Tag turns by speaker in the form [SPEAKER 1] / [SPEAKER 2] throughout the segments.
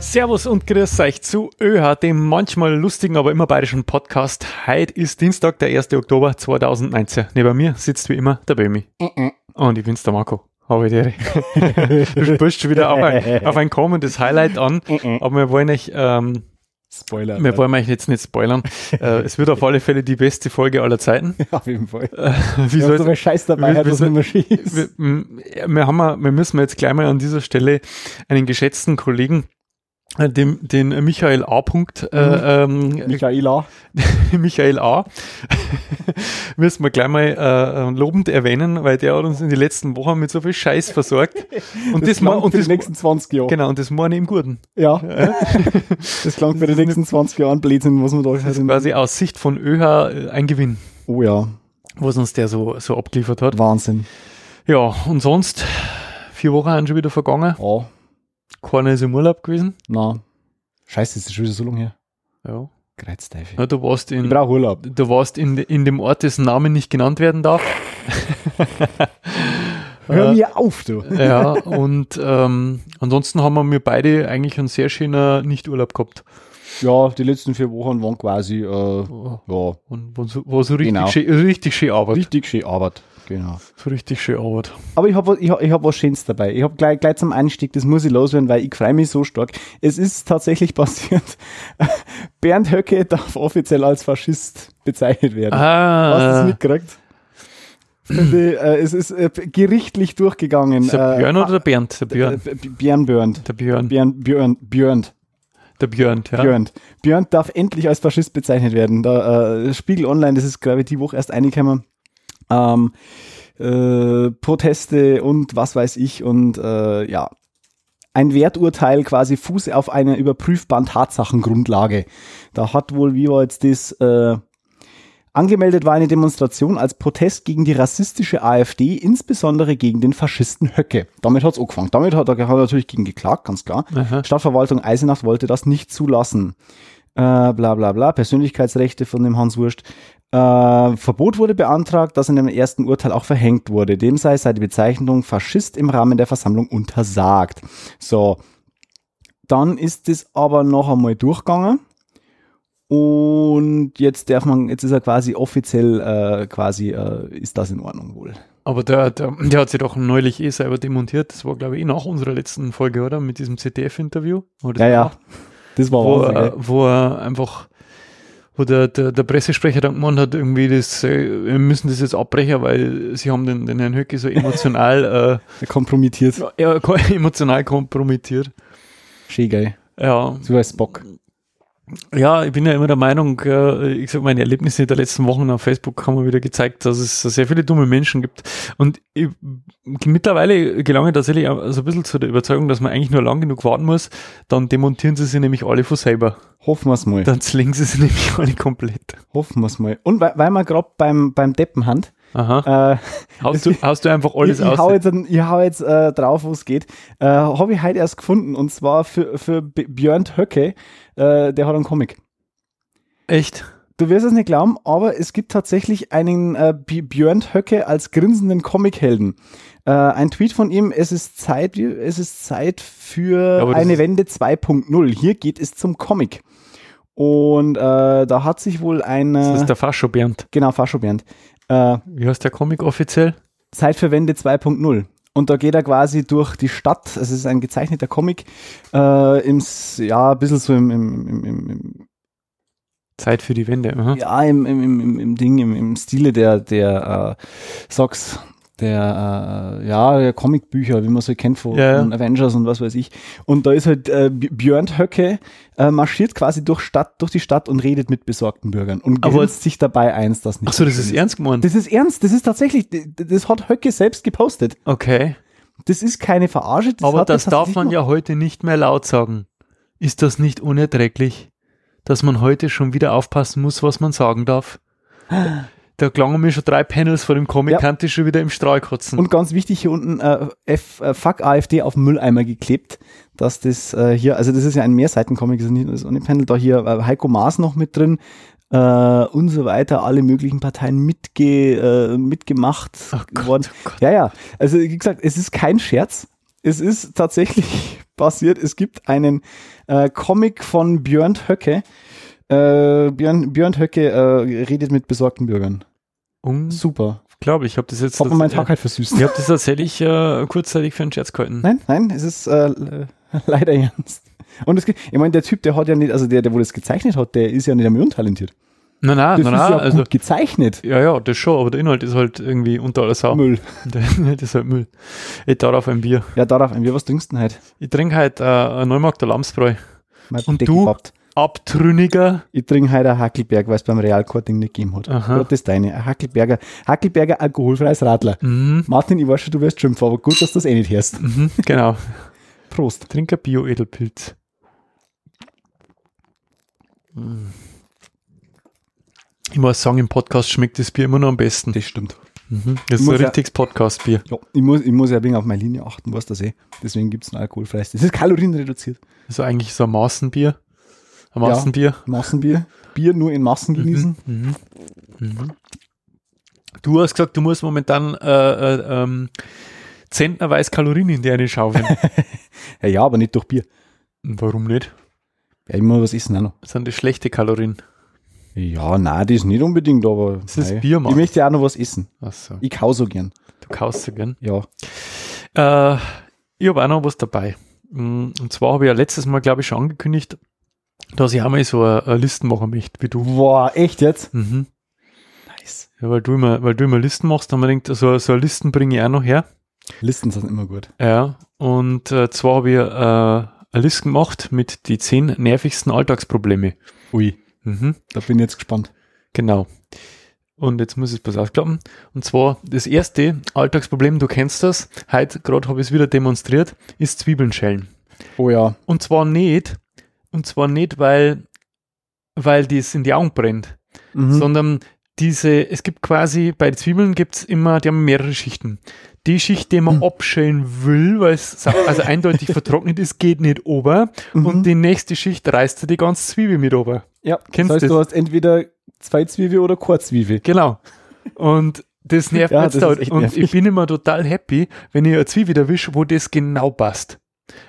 [SPEAKER 1] Servus und grüß euch zu ÖH, dem manchmal lustigen, aber immer bayerischen Podcast. Heute ist Dienstag, der 1. Oktober 2019. Neben mir sitzt wie immer der Bömi. Und ich bin's, der Marco. Habe ich Du spürst schon wieder auf ein, auf ein kommendes Highlight an, aber wir wollen euch, ähm,
[SPEAKER 2] Spoiler.
[SPEAKER 1] Mhm. wir wollen euch jetzt nicht spoilern. Äh, es wird auf alle Fälle die beste Folge aller Zeiten.
[SPEAKER 2] auf jeden Fall.
[SPEAKER 1] Äh, wie
[SPEAKER 2] Ich
[SPEAKER 1] soll's-
[SPEAKER 2] hab so viel Scheiß dabei, halt,
[SPEAKER 1] wir-
[SPEAKER 2] hat
[SPEAKER 1] wir-
[SPEAKER 2] das nicht mehr schießt.
[SPEAKER 1] wir, m- wir, haben, ja- wir müssen jetzt gleich mal an dieser Stelle einen geschätzten Kollegen, äh, dem, den Michael A. Punkt, äh, ähm,
[SPEAKER 2] Michaela.
[SPEAKER 1] Michael A. müssen wir gleich mal äh, lobend erwähnen, weil der hat uns in den letzten Wochen mit so viel Scheiß versorgt. Und das, ma-
[SPEAKER 2] klang
[SPEAKER 1] und
[SPEAKER 2] für
[SPEAKER 1] das,
[SPEAKER 2] die nächsten 20 Jahre.
[SPEAKER 1] genau, und das meine im Guten.
[SPEAKER 2] Ja. das klang für die nächsten 20 Jahre an Blödsinn, muss man da
[SPEAKER 1] Das
[SPEAKER 2] halt
[SPEAKER 1] ist quasi aus Sicht von ÖH ein Gewinn,
[SPEAKER 2] Oh ja,
[SPEAKER 1] was uns der so, so abgeliefert hat.
[SPEAKER 2] Wahnsinn.
[SPEAKER 1] Ja, und sonst, vier Wochen haben schon wieder vergangen.
[SPEAKER 2] Oh,
[SPEAKER 1] Keiner ist im Urlaub gewesen.
[SPEAKER 2] na. Scheiße, das ist schon wieder so lange her.
[SPEAKER 1] Ja.
[SPEAKER 2] Kreuzteufel.
[SPEAKER 1] Ja, du warst in,
[SPEAKER 2] Ich brauche Urlaub.
[SPEAKER 1] Du warst in, in dem Ort, dessen Name nicht genannt werden darf.
[SPEAKER 2] Hör
[SPEAKER 1] Äh,
[SPEAKER 2] mir auf, du.
[SPEAKER 1] Ja, und ähm, ansonsten haben wir beide eigentlich einen sehr schönen Nicht-Urlaub gehabt.
[SPEAKER 2] Ja, die letzten vier Wochen waren quasi, äh,
[SPEAKER 1] Und
[SPEAKER 2] ja,
[SPEAKER 1] wo so, wo so richtig,
[SPEAKER 2] Genau.
[SPEAKER 1] schön, richtig schön Arbeit.
[SPEAKER 2] richtig schön Arbeit. Genau.
[SPEAKER 1] So richtig schön Arbeit.
[SPEAKER 2] Aber ich habe ich hab, ich hab was Schönes dabei. Ich habe gleich, gleich zum Einstieg, das muss ich loswerden, weil ich freue mich so stark. Es ist tatsächlich passiert. Bernd Höcke darf offiziell als Faschist bezeichnet werden. Hast du das
[SPEAKER 1] Ah,
[SPEAKER 2] mitgekriegt? Finde ich, äh, es ist äh, gerichtlich durchgegangen.
[SPEAKER 1] ist der
[SPEAKER 2] Äh,
[SPEAKER 1] Björn oder der Bernd? Der
[SPEAKER 2] äh,
[SPEAKER 1] Björn.
[SPEAKER 2] B- Björn Björn.
[SPEAKER 1] Der Björn.
[SPEAKER 2] Björn Björn Björn.
[SPEAKER 1] Der Björn, ja.
[SPEAKER 2] Björn. Björn darf endlich als Faschist bezeichnet werden. Da, äh, Spiegel Online, das ist, glaube ich, die Woche erst eingekommen. Ähm, äh, Proteste und was weiß ich und äh, ja. Ein Werturteil quasi Fuß auf einer überprüfbaren Tatsachengrundlage. Da hat wohl, wie war jetzt das, äh, angemeldet war eine Demonstration als Protest gegen die rassistische AfD, insbesondere gegen den Faschisten Höcke. Damit hat's angefangen. Damit hat er hat er natürlich gegen geklagt, ganz klar.
[SPEAKER 1] Aha.
[SPEAKER 2] Stadtverwaltung Eisenach wollte das nicht zulassen. Äh, bla bla bla, Persönlichkeitsrechte von dem Hans Wurst. Äh, Verbot wurde beantragt, das in dem ersten Urteil auch verhängt wurde. Dem sei seit die Bezeichnung Faschist im Rahmen der Versammlung untersagt. So, dann ist es aber noch einmal durchgegangen. Und jetzt darf man, jetzt ist er quasi offiziell, äh, quasi äh, ist das in Ordnung wohl.
[SPEAKER 1] Aber der, der, der hat sich doch neulich eh selber demontiert. Das war, glaube ich, eh nach unserer letzten Folge, oder? Mit diesem ZDF-Interview.
[SPEAKER 2] Ja, ja. Das war
[SPEAKER 1] wo, äh,
[SPEAKER 2] Wahnsinn,
[SPEAKER 1] er,
[SPEAKER 2] gell?
[SPEAKER 1] wo er einfach, wo der, der, der Pressesprecher dann gemeint hat, irgendwie, das, äh, wir müssen das jetzt abbrechen, weil sie haben den, den Herrn Höcke so emotional,
[SPEAKER 2] kompromittiert.
[SPEAKER 1] äh, ja, ko- emotional kompromittiert.
[SPEAKER 2] Schön geil.
[SPEAKER 1] Ja.
[SPEAKER 2] So als Bock.
[SPEAKER 1] ja, ich bin ja immer der Meinung, äh, ich sag, meine Erlebnisse der letzten Wochen auf Facebook haben mir wieder gezeigt, dass es sehr viele dumme Menschen gibt. Und ich, mittlerweile gelange tatsächlich auch so ein bisschen zu der Überzeugung, dass man eigentlich nur lang genug warten muss, dann demontieren sie sich nämlich alle von selber.
[SPEAKER 2] Hoffen wir es mal.
[SPEAKER 1] Dann zwingen sie sich nämlich alle komplett.
[SPEAKER 2] Hoffen wir es mal. Und weil, weil wir gerade beim, beim Deppenhand,
[SPEAKER 1] Aha.
[SPEAKER 2] äh,
[SPEAKER 1] Haust du, haust du einfach alles
[SPEAKER 2] ich, ich
[SPEAKER 1] aus?
[SPEAKER 2] hau jetzt, an- ich hau jetzt äh, drauf, wo es geht, äh, habe ich heute erst gefunden und zwar für, für B Björn Höcke, äh, der hat einen Comic.
[SPEAKER 1] Echt?
[SPEAKER 2] Du wirst es nicht glauben, aber es gibt tatsächlich einen äh, B Björn Höcke als grinsenden Comichelden. Äh, ein Tweet von ihm, es ist Zeit, es ist Zeit für
[SPEAKER 1] Ja, aber das
[SPEAKER 2] eine
[SPEAKER 1] ist-
[SPEAKER 2] Wende 2.0. Hier geht es zum Comic. Und äh, da hat sich wohl
[SPEAKER 1] Das
[SPEAKER 2] eine,
[SPEAKER 1] ist der Fascho Bernd.
[SPEAKER 2] genau, Fascho Bernd, äh,
[SPEAKER 1] Wie heißt der Comic offiziell?
[SPEAKER 2] Zeit für Wende 2.0. Und da geht er quasi durch die Stadt, es ist ein gezeichneter Comic, äh, im, S- ja, ein bisschen so im, im, im, im, im,
[SPEAKER 1] Zeit für die Wende. Aha.
[SPEAKER 2] ja, im, im, im, im, im Ding, im, im Stile der, der äh, Socks, der, äh, ja, der Comicbücher, wie man so kennt von,
[SPEAKER 1] Ja, ja.
[SPEAKER 2] von Avengers und was weiß ich. Und da ist halt äh, B- Björn Höcke äh, marschiert quasi durch, Stadt, durch die Stadt und redet mit besorgten Bürgern und
[SPEAKER 1] Aber-
[SPEAKER 2] grinst sich dabei eins, das nicht.
[SPEAKER 1] Achso, das
[SPEAKER 2] schön
[SPEAKER 1] ist ernst gemeint.
[SPEAKER 2] Das ist ernst, das ist tatsächlich, d- d- das hat Höcke selbst gepostet.
[SPEAKER 1] Okay.
[SPEAKER 2] Das ist keine Verarsche. Das
[SPEAKER 1] Aber
[SPEAKER 2] hat-
[SPEAKER 1] das
[SPEAKER 2] hat
[SPEAKER 1] darf
[SPEAKER 2] sich
[SPEAKER 1] man
[SPEAKER 2] noch-
[SPEAKER 1] ja heute nicht mehr laut sagen. Ist das nicht unerträglich, dass man heute schon wieder aufpassen muss, was man sagen darf? Da klangen mir schon drei Panels vor dem Comic,
[SPEAKER 2] Ja.
[SPEAKER 1] kannte ich schon wieder im Strahl kotzen.
[SPEAKER 2] Und ganz wichtig hier unten, äh, F, äh, Fuck AfD auf den Mülleimer geklebt, dass das äh, hier, also das ist ja ein Mehrseitencomic, das ist nicht nur das Unipendel, da hier äh, Heiko Maas noch mit drin äh, und so weiter, alle möglichen Parteien mitge, äh, mitgemacht
[SPEAKER 1] Oh Gott,
[SPEAKER 2] worden.
[SPEAKER 1] oh Gott.
[SPEAKER 2] Ja, ja, also wie gesagt, es ist kein Scherz, es ist tatsächlich passiert. Es gibt einen äh, Comic von Björn Höcke. Äh, Björn, Björn Höcke äh, redet mit besorgten Bürgern.
[SPEAKER 1] Um,
[SPEAKER 2] Super.
[SPEAKER 1] ich glaube, ich habe das jetzt.
[SPEAKER 2] Hat man meinen Tag
[SPEAKER 1] äh,
[SPEAKER 2] halt versüßt.
[SPEAKER 1] ich habe das tatsächlich äh, kurzzeitig für einen Scherz gehalten.
[SPEAKER 2] Nein, nein, es ist äh, le- leider ernst. Und es, geht- ich meine, der Typ, der hat ja nicht, also der, der wo das gezeichnet hat, der ist ja nicht einmal untalentiert.
[SPEAKER 1] Nein, nein,
[SPEAKER 2] Das
[SPEAKER 1] nein,
[SPEAKER 2] ist
[SPEAKER 1] nein
[SPEAKER 2] ja
[SPEAKER 1] also,
[SPEAKER 2] gut gezeichnet.
[SPEAKER 1] ja, ja, das schon, aber der Inhalt ist halt irgendwie unter aller Sau.
[SPEAKER 2] Müll.
[SPEAKER 1] Der Inhalt ist halt Müll. Ich darauf ein Bier.
[SPEAKER 2] Ja, darauf ein. Wir was trinkst du denn halt?
[SPEAKER 1] Ich trinke halt äh, ein Neumarkter Lammsbräu.
[SPEAKER 2] Mein
[SPEAKER 1] Und
[SPEAKER 2] Deckel
[SPEAKER 1] du?
[SPEAKER 2] pappt.
[SPEAKER 1] Abtrünniger.
[SPEAKER 2] Ich trinke heute ein Hackelberg, weil es beim Realkorting nicht gegeben hat.
[SPEAKER 1] Aha.
[SPEAKER 2] Gott ist deine. Ein Hackelberger, Hackelberger alkoholfreies Radler.
[SPEAKER 1] Mhm,
[SPEAKER 2] Martin, ich weiß schon, du wirst schimpfen, aber gut, dass du das eh nicht hörst.
[SPEAKER 1] mhm, genau.
[SPEAKER 2] Prost.
[SPEAKER 1] Trinker Bio-Edelpilz. Ich muss sagen, im Podcast schmeckt das Bier immer noch am besten.
[SPEAKER 2] Das stimmt.
[SPEAKER 1] Mhm. Das ist
[SPEAKER 2] Muss
[SPEAKER 1] ein
[SPEAKER 2] ja-
[SPEAKER 1] richtiges Podcast-Bier.
[SPEAKER 2] Ja, ich, muss, ich muss ja ein wenig auf meine Linie achten, weißt du das eh. Deswegen gibt es ein alkoholfreies. Das ist kalorienreduziert.
[SPEAKER 1] Also eigentlich so ein Massenbier. Ein Massenbier.
[SPEAKER 2] Massenbier. Bier nur in Massen genießen.
[SPEAKER 1] Mhm. Mhm. Du hast gesagt, du musst momentan äh, äh, ähm, zentnerweise Kalorien in dir schaufeln.
[SPEAKER 2] Ja, ja, aber nicht durch Bier.
[SPEAKER 1] Warum nicht?
[SPEAKER 2] Ja, immer was essen auch noch.
[SPEAKER 1] Das sind die schlechte Kalorien.
[SPEAKER 2] Ja, nein, das ist nicht unbedingt, aber.
[SPEAKER 1] Das ist
[SPEAKER 2] nein.
[SPEAKER 1] Bier, Mann.
[SPEAKER 2] Ich möchte ja auch noch was essen.
[SPEAKER 1] Achso,
[SPEAKER 2] Ich kau so gern.
[SPEAKER 1] du kaust so gern.
[SPEAKER 2] Ja.
[SPEAKER 1] Äh, ich habe auch noch was dabei. Mm, Und zwar habe ich ja letztes Mal, glaube ich, schon angekündigt, dass ich einmal so eine, eine Listen machen möchte, wie du.
[SPEAKER 2] Boah, echt jetzt?
[SPEAKER 1] Mhm.
[SPEAKER 2] Nice.
[SPEAKER 1] Ja, weil du immer, weil du immer Listen machst, dann man denkt, so, so eine Listen bringe ich auch noch her.
[SPEAKER 2] Listen sind immer gut.
[SPEAKER 1] Ja. Und äh, zwar habe ich äh, eine Liste gemacht mit die zehn nervigsten Alltagsprobleme.
[SPEAKER 2] Ui,
[SPEAKER 1] Mhm.
[SPEAKER 2] da bin ich jetzt gespannt.
[SPEAKER 1] Genau. Und jetzt muss ich es bloß aufklappen. Und zwar das erste Alltagsproblem, du kennst das, heute gerade habe ich es wieder demonstriert, ist Zwiebeln schälen.
[SPEAKER 2] Oh ja.
[SPEAKER 1] Und zwar nicht, und zwar nicht, weil, weil das in die Augen brennt,
[SPEAKER 2] Mhm.
[SPEAKER 1] sondern diese, es gibt quasi, bei Zwiebeln gibt es immer, die haben mehrere Schichten. Die Schicht, die man
[SPEAKER 2] Hm.
[SPEAKER 1] abschälen will, weil es sau- also eindeutig vertrocknet ist, geht nicht ober.
[SPEAKER 2] Mhm.
[SPEAKER 1] Und die nächste Schicht reißt dir die ganze Zwiebel mit ober.
[SPEAKER 2] ja,
[SPEAKER 1] kennst
[SPEAKER 2] das heißt,
[SPEAKER 1] das?
[SPEAKER 2] du hast entweder zwei Zwiebel oder Chorzwiebel.
[SPEAKER 1] Genau. Und das nervt
[SPEAKER 2] Ja,
[SPEAKER 1] mich jetzt
[SPEAKER 2] das
[SPEAKER 1] da.
[SPEAKER 2] ist echt
[SPEAKER 1] Und
[SPEAKER 2] nervig.
[SPEAKER 1] ich bin immer total happy, wenn ich eine Zwiebel erwische, wo das genau passt.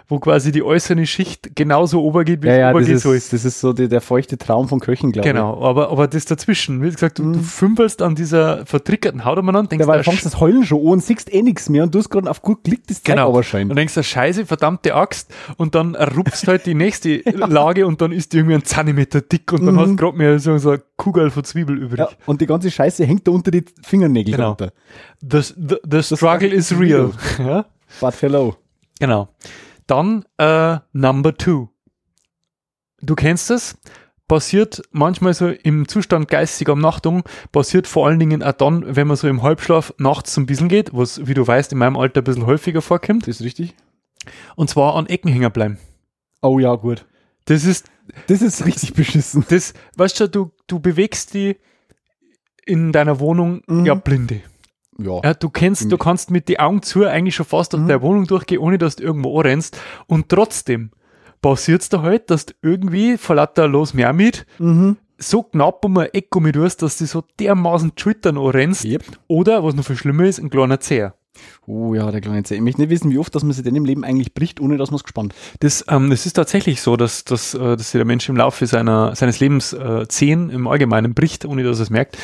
[SPEAKER 1] Wo quasi die äußere Schicht genauso obergeht, wie
[SPEAKER 2] Ja,
[SPEAKER 1] es
[SPEAKER 2] ja, das
[SPEAKER 1] obergehen
[SPEAKER 2] ist,
[SPEAKER 1] soll.
[SPEAKER 2] das ist so der, der feuchte Traum von Köchen, glaube ich.
[SPEAKER 1] Genau, aber, aber das dazwischen, wie gesagt, du, du fümmelst an dieser vertrickerten Haut umeinander und denkst,
[SPEAKER 2] Dabei
[SPEAKER 1] ah,
[SPEAKER 2] fängst
[SPEAKER 1] sch-
[SPEAKER 2] du das Heulen schon an, siehst eh nichts mehr und du hast gerade auf gut Glück das Zeug
[SPEAKER 1] genau.
[SPEAKER 2] runterscheinen.
[SPEAKER 1] Und denkst du, scheiße, verdammte Axt. Und dann rupst halt die nächste Lage und dann ist die irgendwie ein Zentimeter dick und dann hast du gerade mehr so, so eine Kugel von Zwiebel übrig.
[SPEAKER 2] Ja, und die ganze Scheiße hängt da unter die Fingernägel
[SPEAKER 1] Genau.
[SPEAKER 2] runter.
[SPEAKER 1] The, the, the struggle is real. ja?
[SPEAKER 2] But hello.
[SPEAKER 1] Genau. Dann äh, Number Two. Du kennst es. Passiert manchmal so im Zustand geistiger Umnachtung, passiert vor allen Dingen auch dann, wenn man so im Halbschlaf nachts zum Bisschen geht, was, wie du weißt, in meinem Alter ein bisschen häufiger vorkommt,
[SPEAKER 2] Das ist richtig.
[SPEAKER 1] und zwar an Ecken hängen bleiben.
[SPEAKER 2] Oh ja, gut.
[SPEAKER 1] Das ist,
[SPEAKER 2] Das ist richtig beschissen.
[SPEAKER 1] das, weißt du, du, du bewegst die in deiner Wohnung
[SPEAKER 2] Mhm.
[SPEAKER 1] ja blinde.
[SPEAKER 2] Ja.
[SPEAKER 1] Ja, du kennst, du kannst mit die Augen zu eigentlich schon fast aus
[SPEAKER 2] Mhm.
[SPEAKER 1] der Wohnung durchgehen, ohne dass du irgendwo anrennst. Und trotzdem passiert's da halt, dass du irgendwie vor lauter los mehr mit
[SPEAKER 2] Mhm.
[SPEAKER 1] so knapp um ein Eck mit wirst, dass du so dermaßen die Schultern anrennst.
[SPEAKER 2] Yep.
[SPEAKER 1] Oder, was noch viel schlimmer ist, ein kleiner Zeher.
[SPEAKER 2] Oh ja, der kleine Zeh. Ich möchte nicht wissen, wie oft dass man sich denn im Leben eigentlich bricht, ohne dass man es gespannt.
[SPEAKER 1] Das, ähm, das ist tatsächlich so, dass, dass, äh, dass sich der Mensch im Laufe seiner, seines Lebens äh, Zehen im Allgemeinen bricht, ohne dass er es merkt.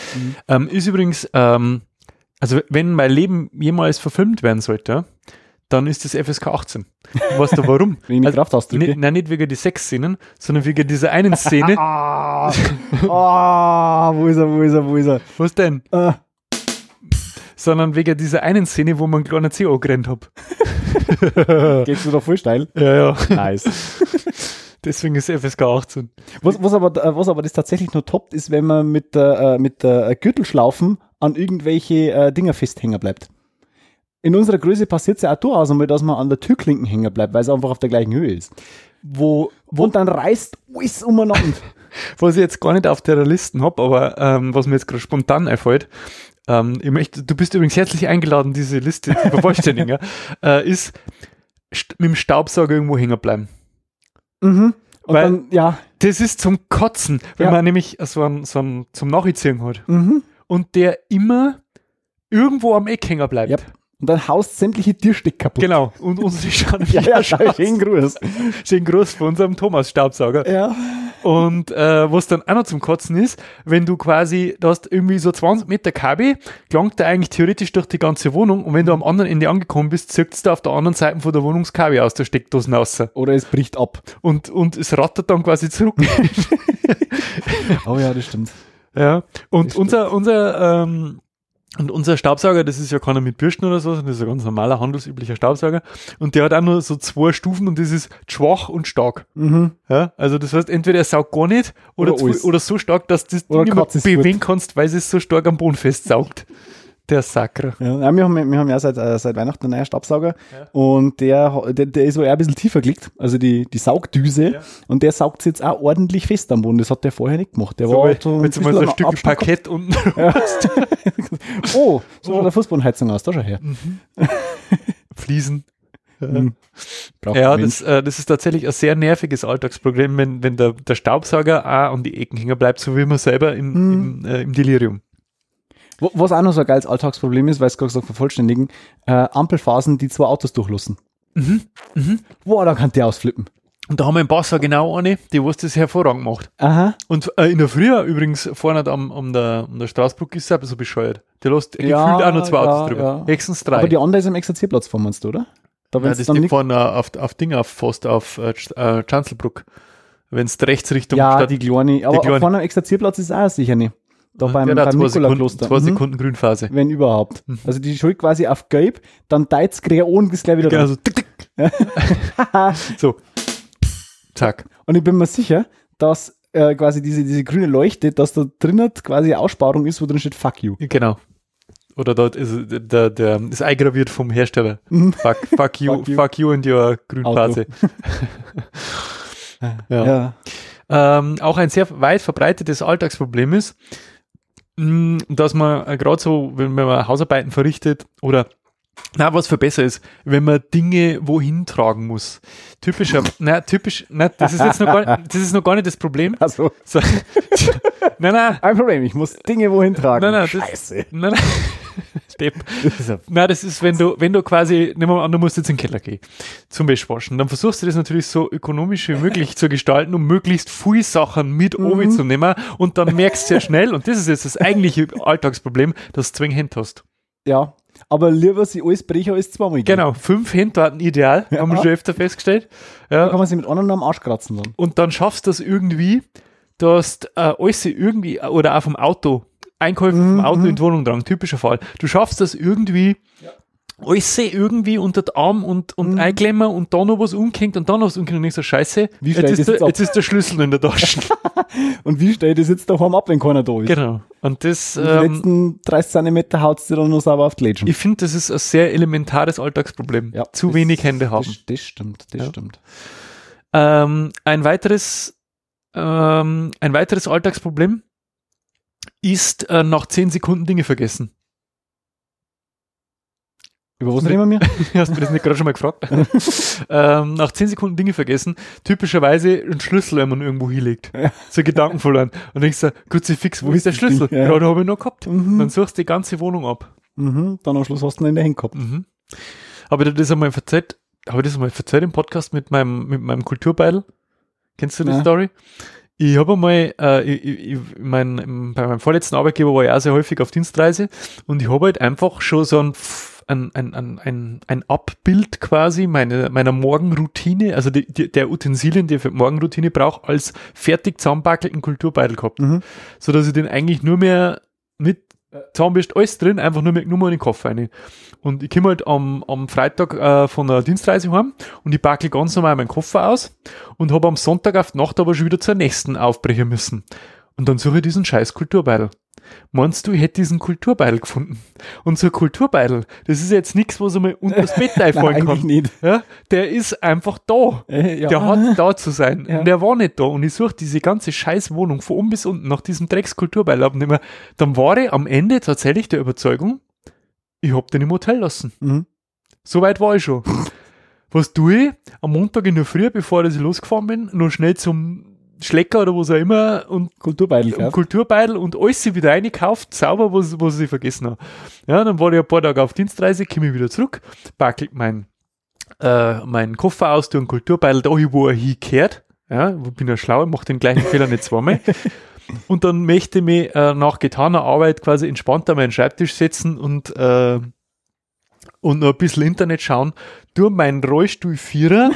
[SPEAKER 1] Ähm, ist übrigens, ähm, also wenn mein Leben jemals verfilmt werden sollte, dann ist das FSK 18. Und Weißt du warum?
[SPEAKER 2] Wenn ich die
[SPEAKER 1] Also,
[SPEAKER 2] Kraft ausdrücke.
[SPEAKER 1] Nicht, nein, nicht wegen die Sexszenen, sondern wegen dieser einen Szene.
[SPEAKER 2] Ah, ah, wo ist er, wo ist er, wo ist er?
[SPEAKER 1] Was denn?
[SPEAKER 2] Ah,
[SPEAKER 1] Sondern wegen dieser einen Szene, wo man einen kleinen Zeh angerannt hat.
[SPEAKER 2] gehst du da voll steil?
[SPEAKER 1] Ja, ja.
[SPEAKER 2] Nice.
[SPEAKER 1] Deswegen ist FSK 18.
[SPEAKER 2] Was, was, aber, äh, was aber das tatsächlich nur toppt, ist, wenn man mit der, äh, mit der Gürtelschlaufen an irgendwelche äh, Dinger festhängen bleibt. In unserer Größe passiert es ja auch durchaus einmal, dass man an der Türklinken hängen bleibt, weil es einfach auf der gleichen Höhe ist.
[SPEAKER 1] Wo,
[SPEAKER 2] Und dann reißt alles umeinander.
[SPEAKER 1] was ich jetzt gar nicht auf der Liste habe, aber ähm, was mir jetzt gerade spontan einfällt, ähm, ich möchte, du bist übrigens herzlich eingeladen, diese Liste zu vervollständigen, ja, äh, ist st mit dem Staubsauger irgendwo hängen bleiben.
[SPEAKER 2] mhm. Und
[SPEAKER 1] Weil-
[SPEAKER 2] dann, ja,
[SPEAKER 1] Das ist zum Kotzen, wenn
[SPEAKER 2] Ja.
[SPEAKER 1] man nämlich so einen, so einen zum Nachziehen hat
[SPEAKER 2] mhm.
[SPEAKER 1] und der immer irgendwo am Eck hängen bleibt.
[SPEAKER 2] Yep. Und dann haust sämtliche Tierstück kaputt.
[SPEAKER 1] Genau. Und unsere schauen
[SPEAKER 2] Ja, ja, schönen Gruß.
[SPEAKER 1] Schönen Gruß von unserem Thomas-Staubsauger.
[SPEAKER 2] Ja.
[SPEAKER 1] Und äh, was dann auch noch zum Kotzen ist, wenn du quasi, da hast irgendwie so 20 Meter Kabel, gelangt der eigentlich theoretisch durch die ganze Wohnung und wenn du am anderen Ende angekommen bist, zirkt da auf der anderen Seite von der Wohnungskabel aus der Steckdosen raus.
[SPEAKER 2] Oder es bricht ab.
[SPEAKER 1] Und, und es rattert dann quasi zurück.
[SPEAKER 2] Oh ja, das stimmt.
[SPEAKER 1] ja.
[SPEAKER 2] Das
[SPEAKER 1] Und
[SPEAKER 2] stimmt.
[SPEAKER 1] unser, unser, ähm, und unser Staubsauger, das ist ja keiner mit Bürsten oder so, sondern das ist ein ganz normaler, handelsüblicher Staubsauger. Und der hat auch nur so zwei Stufen und das ist schwach und stark.
[SPEAKER 2] Mhm.
[SPEAKER 1] Ja, also das heißt, entweder er saugt gar nicht oder,
[SPEAKER 2] Oder
[SPEAKER 1] zu,
[SPEAKER 2] alles.
[SPEAKER 1] oder so stark, dass das du
[SPEAKER 2] Oder
[SPEAKER 1] nicht mehr
[SPEAKER 2] Katze ist gut.
[SPEAKER 1] bewegen kannst, weil es so stark am Boden festsaugt. Der Sakra.
[SPEAKER 2] Ja, nein, wir, haben, wir haben ja seit, äh, seit Weihnachten einen neuen Staubsauger
[SPEAKER 1] Ja.
[SPEAKER 2] und der, ha- der, der ist so eher ein bisschen tiefer gelegt, also die, die Saugdüse
[SPEAKER 1] Ja.
[SPEAKER 2] und der saugt jetzt auch ordentlich fest am Boden. Das hat der vorher nicht gemacht. Der
[SPEAKER 1] So,
[SPEAKER 2] war halt
[SPEAKER 1] weil-
[SPEAKER 2] so ein
[SPEAKER 1] wenn du mal
[SPEAKER 2] bisschen
[SPEAKER 1] so ein
[SPEAKER 2] am
[SPEAKER 1] Stück
[SPEAKER 2] Abspacken-
[SPEAKER 1] Parkett unten
[SPEAKER 2] Oh, so schaut der Fußbodenheizung aus, da schau her.
[SPEAKER 1] Mhm. fließen.
[SPEAKER 2] Mhm. Braucht
[SPEAKER 1] Ja,
[SPEAKER 2] kein
[SPEAKER 1] das, äh, das ist tatsächlich ein sehr nerviges Alltagsproblem, wenn, wenn der, der Staubsauger auch an die Ecken hängen bleibt, so wie man selber im, im, äh, im Delirium.
[SPEAKER 2] Wo- Was auch noch so ein geiles Alltagsproblem ist, weil es gerade gesagt vervollständigen, äh, Ampelphasen, die zwei Autos durchlassen.
[SPEAKER 1] Mhm.
[SPEAKER 2] Boah, da kann der ausflippen.
[SPEAKER 1] Und da haben wir im Basser genau eine, die was das hervorragend macht.
[SPEAKER 2] Aha.
[SPEAKER 1] Und äh, in der Früh übrigens vorne am, am der, an der Straßbrücke ist es auch so bescheuert. Der lässt
[SPEAKER 2] Ja,
[SPEAKER 1] gefühlt auch noch zwei
[SPEAKER 2] ja,
[SPEAKER 1] Autos drüber.
[SPEAKER 2] ja.
[SPEAKER 1] Höchstens drei.
[SPEAKER 2] Aber die andere ist am Exerzierplatz vor meinst du, oder? Da
[SPEAKER 1] Ja,
[SPEAKER 2] wenn's
[SPEAKER 1] das ist
[SPEAKER 2] dann
[SPEAKER 1] die
[SPEAKER 2] liegt-
[SPEAKER 1] vorne auf, auf Ding auf fast auf äh, Sch- äh, Chanzelbruck. Wenn es rechts Richtung
[SPEAKER 2] ja,
[SPEAKER 1] Stadt
[SPEAKER 2] die kleine. Aber
[SPEAKER 1] kleine.
[SPEAKER 2] vorne am Exerzierplatz ist auch sicher nicht. Da beim,
[SPEAKER 1] der hat auch zwei
[SPEAKER 2] beim
[SPEAKER 1] Sekunden,
[SPEAKER 2] Nikolakloster.
[SPEAKER 1] zwei
[SPEAKER 2] Mhm.
[SPEAKER 1] Sekunden Grünphase.
[SPEAKER 2] Wenn überhaupt. Also die schuld quasi auf gelb, dann deit's grä und ist gleich wieder
[SPEAKER 1] Genau
[SPEAKER 2] raus.
[SPEAKER 1] so. Tick, tick. so. Zack.
[SPEAKER 2] Und ich bin mir sicher, dass äh, quasi diese, diese grüne Leuchte, dass da drinnen quasi eine Aussparung ist, wo drin steht Fuck you.
[SPEAKER 1] Genau. Oder dort ist äh, der, der ist eingraviert vom Hersteller. Fuck, Mhm. fuck you,
[SPEAKER 2] Fuck you.
[SPEAKER 1] fuck you and your Grünphase. ja.
[SPEAKER 2] Ja.
[SPEAKER 1] ähm, auch ein sehr weit verbreitetes Alltagsproblem ist, mh, dass man äh, gerade so, wenn wenn man Hausarbeiten verrichtet oder na, was für besser ist, wenn man Dinge wohin tragen muss. Typischer, na, typisch, na, das ist jetzt noch gar, das ist noch gar nicht das Problem.
[SPEAKER 2] Also,
[SPEAKER 1] So, nein, nein,
[SPEAKER 2] ein Problem, ich muss Dinge wohin tragen.
[SPEAKER 1] Nein, nein, das-
[SPEAKER 2] Scheiße.
[SPEAKER 1] nein, nein. Depp.
[SPEAKER 2] Das ist ja
[SPEAKER 1] Na, das ist, wenn du, wenn du quasi, nehmen wir mal an, du musst jetzt in den Keller gehen zum Wäschwaschen, dann versuchst du das natürlich so ökonomisch wie möglich zu gestalten, um möglichst viele Sachen mit oben zu nehmen und dann merkst du sehr schnell, und das ist jetzt das eigentliche Alltagsproblem, dass du zwei Hände hast.
[SPEAKER 2] Ja, aber lieber sie alles brechen als zweimal gehen.
[SPEAKER 1] Genau, fünf Hände hatten ideal, haben wir schon öfter festgestellt.
[SPEAKER 2] Da kann
[SPEAKER 1] Ja,
[SPEAKER 2] man sie mit anderen am Arsch kratzen dann.
[SPEAKER 1] und dann schaffst du das irgendwie, dass du, äh, alles irgendwie, oder auch vom Auto, Einkäufe vom Auto
[SPEAKER 2] Mhm.
[SPEAKER 1] in die Wohnung dran, typischer Fall. Du schaffst das irgendwie, alles irgendwie unter den Arm und,
[SPEAKER 2] Mhm.
[SPEAKER 1] und einklemmen und da noch was umkennt und da noch was umkennt und ich so, scheiße,
[SPEAKER 2] Wie
[SPEAKER 1] jetzt,
[SPEAKER 2] steigt
[SPEAKER 1] ist
[SPEAKER 2] das
[SPEAKER 1] der,
[SPEAKER 2] jetzt ab?
[SPEAKER 1] jetzt ist der Schlüssel in der Tasche.
[SPEAKER 2] Und wie steht das jetzt daheim ab, wenn keiner da ist?
[SPEAKER 1] genau. Und das,
[SPEAKER 2] Also Die
[SPEAKER 1] ähm,
[SPEAKER 2] letzten 30 Zentimeter haut sie dann noch sauber auf die Lädchen.
[SPEAKER 1] ich finde, das ist ein sehr elementares Alltagsproblem.
[SPEAKER 2] Ja,
[SPEAKER 1] Zu
[SPEAKER 2] das-
[SPEAKER 1] wenig Hände haben.
[SPEAKER 2] Das, das stimmt, das
[SPEAKER 1] Ja.
[SPEAKER 2] stimmt.
[SPEAKER 1] Ähm, ein weiteres, ähm, ein weiteres Alltagsproblem ist äh, nach 10 Sekunden Dinge vergessen.
[SPEAKER 2] Über was reden wir?
[SPEAKER 1] Hast du mir das nicht gerade schon mal gefragt? ähm, nach 10 Sekunden Dinge vergessen, typischerweise ein Schlüssel, wenn man irgendwo hinlegt. So Gedanken verloren. Und ich so, Kruzifix, wo ist der Schlüssel?
[SPEAKER 2] Ja.
[SPEAKER 1] Gerade habe ich noch gehabt.
[SPEAKER 2] Mhm.
[SPEAKER 1] Dann suchst du die ganze Wohnung ab.
[SPEAKER 2] mhm, dann am Schluss hast du ihn in der Hand gehabt.
[SPEAKER 1] Mhm. Habe ich dir das einmal verzeiht? Habe ich das einmal verzeiht im Podcast mit meinem, mit meinem Kulturbeidel? Kennst du die
[SPEAKER 2] Nein.
[SPEAKER 1] Story? Ich habe einmal, äh, ich, ich, ich- mein, bei meinem vorletzten Arbeitgeber war ich auch sehr häufig auf Dienstreise und ich habe halt einfach schon so ein, Pf- ein, ein, ein, ein, ein Abbild quasi meiner, meiner Morgenroutine, also die, die, der Utensilien, die ich für die Morgenroutine brauche, als fertig zusammenbackelten Kulturbeidel gehabt.
[SPEAKER 2] Mhm.
[SPEAKER 1] So dass ich den eigentlich nur mehr mit zusammenbist, alles drin, einfach nur mit Nummer in den Koffer rein. Und ich komme halt am, am Freitag äh, von einer Dienstreise heim und ich packe ganz normal meinen Koffer aus und habe am Sonntag auf die Nacht aber schon wieder zur nächsten aufbrechen müssen. Und dann suche ich diesen scheiß Kulturbeidel. Meinst du, ich hätte diesen Kulturbeidel gefunden? Und so ein Kulturbeidel, das ist jetzt nichts, was einmal unter das Bett einfallen
[SPEAKER 2] eigentlich
[SPEAKER 1] kann.
[SPEAKER 2] nicht.
[SPEAKER 1] Ja, der ist einfach da.
[SPEAKER 2] Äh, ja.
[SPEAKER 1] Der hat da zu sein.
[SPEAKER 2] Ja.
[SPEAKER 1] Und der war nicht da. Und ich suche diese ganze scheiß Wohnung von oben bis unten nach diesem Dreckskulturbeil ab. und immer- Dann war ich am Ende tatsächlich der Überzeugung, ich hab den im Hotel lassen.
[SPEAKER 2] Mhm.
[SPEAKER 1] So weit war ich schon. Was tue ich? Am Montag in der Früh, bevor ich losgefahren bin, noch schnell zum Schlecker oder was auch immer und
[SPEAKER 2] Kulturbeidel,
[SPEAKER 1] und
[SPEAKER 2] ja.
[SPEAKER 1] Kulturbeidel und alles sie wieder reingekauft, sauber, was, was ich vergessen habe. Ja, dann war ich ein paar Tage auf Dienstreise, komme ich wieder zurück, packe mein, äh, meinen Koffer aus, tue einen Kulturbeidel da, hin, wo er hingehört. Ja, ich bin ja schlau, ich mache den gleichen Fehler nicht zweimal. Und dann möchte ich mich äh, nach getaner Arbeit quasi entspannt an meinen Schreibtisch setzen und, äh, und noch ein bisschen Internet schauen, tue meinen Rollstuhl Vierer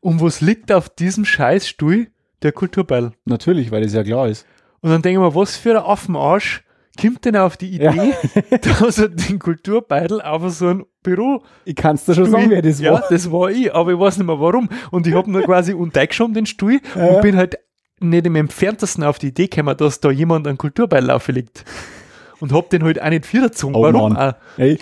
[SPEAKER 1] und was liegt auf diesem Scheißstuhl? Der Kulturbeidel.
[SPEAKER 2] Natürlich, weil das ja klar ist.
[SPEAKER 1] Und dann denke ich mir, was für ein Affenarsch kommt denn auf die Idee, dass er den Kulturbeidel auf so ein Büro
[SPEAKER 2] Ich kann es dir schon sagen, wer das
[SPEAKER 1] ja,
[SPEAKER 2] war.
[SPEAKER 1] das war ich, aber ich weiß nicht mehr warum. Und ich habe nur quasi untergeschoben um den Stuhl
[SPEAKER 2] Ja,
[SPEAKER 1] und
[SPEAKER 2] ja.
[SPEAKER 1] bin halt nicht im entferntesten auf die Idee gekommen, dass da jemand einen Kulturbeidel auflegt. Und hab den halt auch nicht viergezogen.
[SPEAKER 2] Oh
[SPEAKER 1] warum? Ah.
[SPEAKER 2] Mann.
[SPEAKER 1] auch?
[SPEAKER 2] Ey,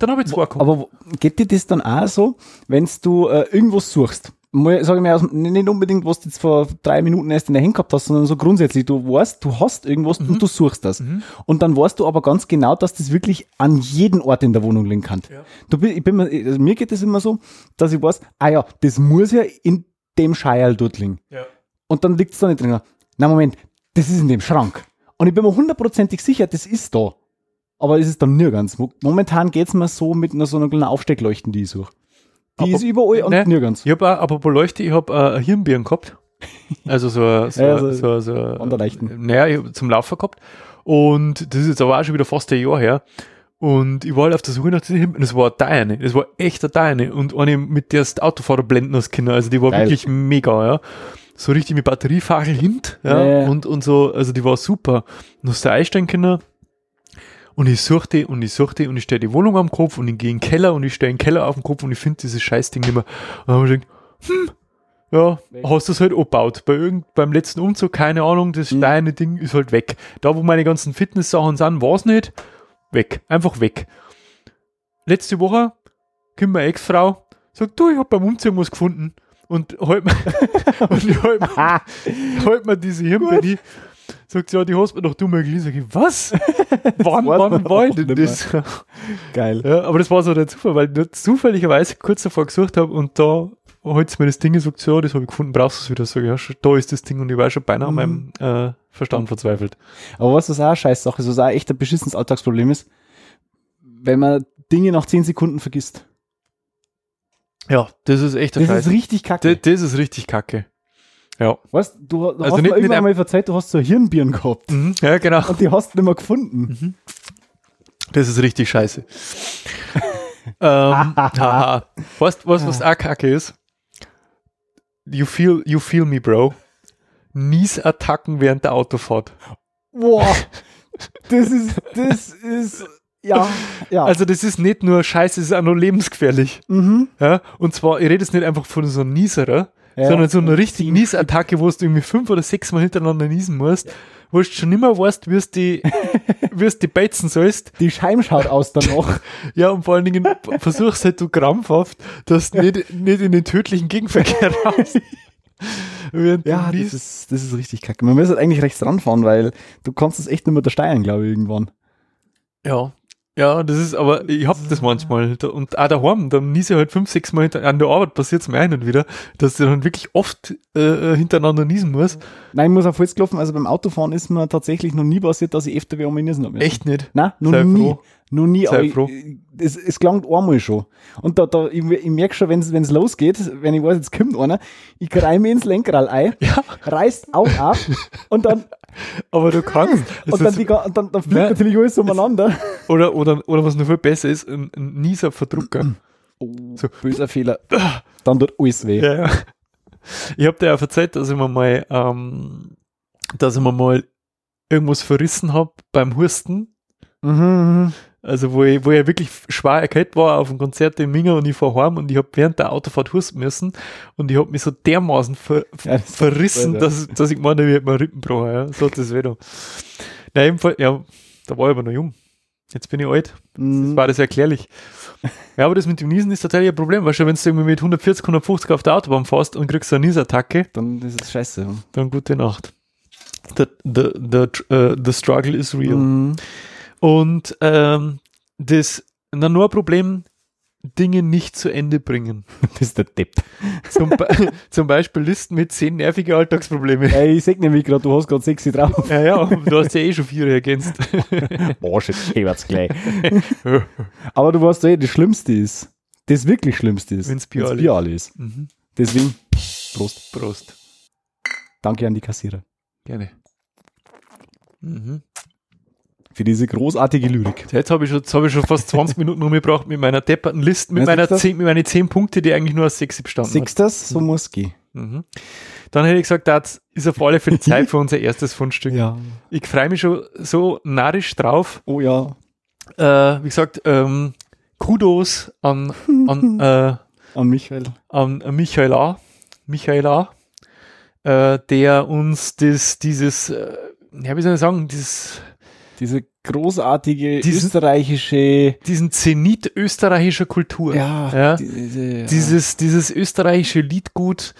[SPEAKER 1] Dann habe ich zwei gehabt.
[SPEAKER 2] aber wo- geht dir das dann auch so, wenn du äh, irgendwas suchst? Mal, Sag ich mir, aus dem- nicht unbedingt, was du jetzt vor drei Minuten erst in der Hand gehabt hast, sondern so grundsätzlich, du weißt, du hast irgendwas und du suchst das. Und dann weißt du aber ganz genau, dass das wirklich an jeden Ort in der Wohnung liegen kann. Du, bi- ich bin, mir- also mir geht das immer so, dass ich weiß, ah ja, das muss ja in dem Scheierl dort liegen.
[SPEAKER 1] Ja.
[SPEAKER 2] Und dann liegt es da nicht drin. Na Moment, das ist in dem Schrank. Und ich bin mir hundertprozentig sicher, das ist da. Aber es ist dann nirgends. Mo- Momentan geht es mir so mit einer so einer kleinen Aufsteckleuchten, die ich suche. Die
[SPEAKER 1] Aber-
[SPEAKER 2] ist überall und
[SPEAKER 1] ne?
[SPEAKER 2] nirgends.
[SPEAKER 1] Ich habe auch, apropos Leuchte, ich habe äh, ein Hirnbirn gehabt. Also so ein- so,
[SPEAKER 2] Ja,
[SPEAKER 1] ein-
[SPEAKER 2] so
[SPEAKER 1] so, ein- so ein-
[SPEAKER 2] Wanderleichten.
[SPEAKER 1] Naja, ich hab zum Laufen gehabt. Und das ist jetzt aber auch schon wieder fast ein Jahr her. Und ich war halt auf der Suche nach diesem Hirnbirn. Das war eine Deine. Das war echt eine Deine. Und eine, mit der das Autofahrer blenden als Kinder. Also die war
[SPEAKER 2] Geil.
[SPEAKER 1] wirklich mega, ja. So richtig mit Batteriefachel hint, ja.
[SPEAKER 2] Ja, ja.
[SPEAKER 1] Und, und so, also die war super. Und hast du einstellen können. Und ich suchte und ich suchte und ich stelle die Wohnung am Kopf und ich gehe in den Keller und ich stelle den Keller auf den Kopf und ich finde dieses Scheißding nicht mehr. Und dann habe ich gedacht, hm, ja, hast du es halt abgebaut. Bei irgend, beim letzten Umzug, keine Ahnung, das
[SPEAKER 2] Mhm.
[SPEAKER 1] kleine Ding ist halt weg. Da, wo meine ganzen Fitness-Sachen sind, war es nicht. Weg. Einfach weg. Letzte Woche kommt meine Ex-Frau, sagt, du, ich habe beim Umzug was gefunden. Und halt mir, und ich halt mir
[SPEAKER 2] Ah,
[SPEAKER 1] holt mir diese Hirnbeere, die sagt sie, ja, die hast mir doch du mal gelesen. Sag ich, was? wann,
[SPEAKER 2] weiß
[SPEAKER 1] wann
[SPEAKER 2] man
[SPEAKER 1] war ich
[SPEAKER 2] auch
[SPEAKER 1] denn
[SPEAKER 2] nicht
[SPEAKER 1] das?
[SPEAKER 2] geil.
[SPEAKER 1] ja, aber das war so der Zufall, weil ich nur zufälligerweise kurz davor gesucht habe und da holt sie mir das Ding und sagt, sie, ja, das habe ich gefunden, brauchst du es wieder? Sag ich, ja, schon- da ist das Ding und ich war schon beinahe an meinem
[SPEAKER 2] Mhm.
[SPEAKER 1] äh, Verstand verzweifelt.
[SPEAKER 2] Aber was das auch eine Scheißsache ist, was auch echt ein beschissenes Alltagsproblem ist, wenn man Dinge nach 10 Sekunden vergisst.
[SPEAKER 1] Ja, das ist echt
[SPEAKER 2] Das ist richtig
[SPEAKER 1] Das,
[SPEAKER 2] kacke.
[SPEAKER 1] das ist richtig kacke. Ja.
[SPEAKER 2] Weißt du, du
[SPEAKER 1] Also
[SPEAKER 2] hast
[SPEAKER 1] nicht-
[SPEAKER 2] mir
[SPEAKER 1] nicht
[SPEAKER 2] irgendwann
[SPEAKER 1] ein-
[SPEAKER 2] mal verzeiht, du hast so ein Hirnbirn gehabt.
[SPEAKER 1] Mhm, ja, genau.
[SPEAKER 2] Und die hast du nicht mehr gefunden.
[SPEAKER 1] Das ist richtig scheiße. ähm, haha. Weißt du, was, was auch kacke ist? You feel, you feel me, bro. Niesattacken während der Autofahrt.
[SPEAKER 2] Boah, das ist, das ist, ja, ja.
[SPEAKER 1] Also das ist nicht nur scheiße, es ist auch noch lebensgefährlich.
[SPEAKER 2] mhm.
[SPEAKER 1] Ja? Und zwar, ich rede jetzt nicht einfach von so einem Nieserer,
[SPEAKER 2] Ja.
[SPEAKER 1] sondern so einer richtigen Niesattacke, wo du irgendwie fünf oder sechs Mal hintereinander niesen musst, wo du schon immer weißt, wie es die, wie es die beizen sollst.
[SPEAKER 2] die Scheim schaut aus dann noch.
[SPEAKER 1] Ja, und vor allen Dingen p- versuchst halt du krampfhaft, dass du nicht, nicht in den tödlichen Gegenverkehr raus. Während
[SPEAKER 2] ja,
[SPEAKER 1] du
[SPEAKER 2] das
[SPEAKER 1] niest.
[SPEAKER 2] ist, das ist richtig kacke. Man muss halt eigentlich rechts ranfahren, weil du kannst es echt nicht mehr da steuern, glaube ich, irgendwann.
[SPEAKER 1] ja. Ja, das ist, aber ich hab das manchmal. Da- Und auch daheim, dann niese ich halt fünf, sechs Mal hinter, an der Arbeit passiert es mir ein und wieder, dass du dann wirklich oft äh, hintereinander niesen musst.
[SPEAKER 2] Nein, ich muss auf Holz klopfen. Also beim Autofahren ist mir tatsächlich noch nie passiert, dass ich FTW umhinnissen habe.
[SPEAKER 1] Echt nicht.
[SPEAKER 2] Nein, noch
[SPEAKER 1] Sei
[SPEAKER 2] nie.
[SPEAKER 1] froh.
[SPEAKER 2] Noch nie.
[SPEAKER 1] Sei
[SPEAKER 2] aber ich-
[SPEAKER 1] froh.
[SPEAKER 2] Es, es gelangt einmal schon. Und da, da, ich, ich merke schon, wenn es losgeht, wenn ich weiß, jetzt kommt einer, ich greife mir ins Lenkrad ein,
[SPEAKER 1] Ja,
[SPEAKER 2] reißt auch ab und dann
[SPEAKER 1] aber du kannst. Es
[SPEAKER 2] Und dann,
[SPEAKER 1] ist-
[SPEAKER 2] die, ga- und dann, dann fliegt
[SPEAKER 1] Nein.
[SPEAKER 2] natürlich alles umeinander.
[SPEAKER 1] oder, oder, oder was noch viel besser ist, ein, ein Nieser-Verdrucker. So.
[SPEAKER 2] Böser Fehler. Dann tut alles weh.
[SPEAKER 1] Oh. Ja, ja. Ich habe dir ja erzählt, dass ich mir mal, ähm, dass ich mir mal irgendwas verrissen habe beim Husten.
[SPEAKER 2] Mhm, mhm.
[SPEAKER 1] Also wo ich, wo ich wirklich schwer erkältet war auf dem Konzert in Minga und ich fahr heim und ich habe während der Autofahrt husten müssen und ich habe mich so dermaßen ver
[SPEAKER 2] Ja, das ist
[SPEAKER 1] verrissen,
[SPEAKER 2] blöd, ja.
[SPEAKER 1] dass, dass ich meine, ich hätte mir einen Rippenbruch. Ja. So hat das weh da. Na, jedenfalls, ja, da war ich aber noch jung. Jetzt bin ich alt. Das
[SPEAKER 2] Mhm.
[SPEAKER 1] war das erklärlich. Ja, aber das mit dem Niesen ist tatsächlich ein Problem. Weißt du, wenn du irgendwie mit 140, 150 auf der Autobahn fährst und kriegst eine Niesattacke,
[SPEAKER 2] Dann ist es scheiße.
[SPEAKER 1] dann gute Nacht. The, the, the, äh, the struggle is real.
[SPEAKER 2] Mhm.
[SPEAKER 1] Und ähm, das, na, nur ein Problem, Dinge nicht zu Ende bringen.
[SPEAKER 2] Das ist der Depp.
[SPEAKER 1] Zum, Be zum Beispiel Listen mit zehn nervige Alltagsprobleme.
[SPEAKER 2] Ey, ich sehe nämlich gerade, du hast gerade sexy drauf.
[SPEAKER 1] Ja, ja, du hast ja eh schon vier ergänzt.
[SPEAKER 2] Boah, shit, ich werd's gleich. Aber du weißt doch eh, das Schlimmste ist, das wirklich Schlimmste ist,
[SPEAKER 1] Wenn's Bier
[SPEAKER 2] wenn's
[SPEAKER 1] alle
[SPEAKER 2] Bier alle ist.
[SPEAKER 1] Mhm.
[SPEAKER 2] Deswegen, Prost.
[SPEAKER 1] Prost.
[SPEAKER 2] Danke an die Kassierer
[SPEAKER 1] Gerne. Mhm.
[SPEAKER 2] für diese großartige Lyrik.
[SPEAKER 1] Jetzt habe ich, schon- jetzt hab ich schon fast 20 Minuten rumgebracht mit meiner depperten Liste, mit,
[SPEAKER 2] Was
[SPEAKER 1] meiner
[SPEAKER 2] ist das?
[SPEAKER 1] 10, mit meinen 10 Punkte, die eigentlich nur aus 6 bestanden hat.
[SPEAKER 2] Sechstes, so muss gehen.
[SPEAKER 1] Mhm. Dann hätte ich gesagt, das ist auf alle Fälle Zeit für unser erstes Fundstück.
[SPEAKER 2] Ja.
[SPEAKER 1] Ich freue mich schon so narrisch drauf.
[SPEAKER 2] Oh ja.
[SPEAKER 1] Äh, wie gesagt, ähm, Kudos an, an, äh,
[SPEAKER 2] An Michael.
[SPEAKER 1] an Michael A. Michael A. Äh, der uns das, dieses, äh, ja, wie soll ich sagen, dieses,
[SPEAKER 2] Diese großartige
[SPEAKER 1] Diesen-
[SPEAKER 2] österreichische.
[SPEAKER 1] diesen Zenit österreichischer Kultur. Ja.
[SPEAKER 2] Diese, ja.
[SPEAKER 1] dieses, dieses österreichische Liedgut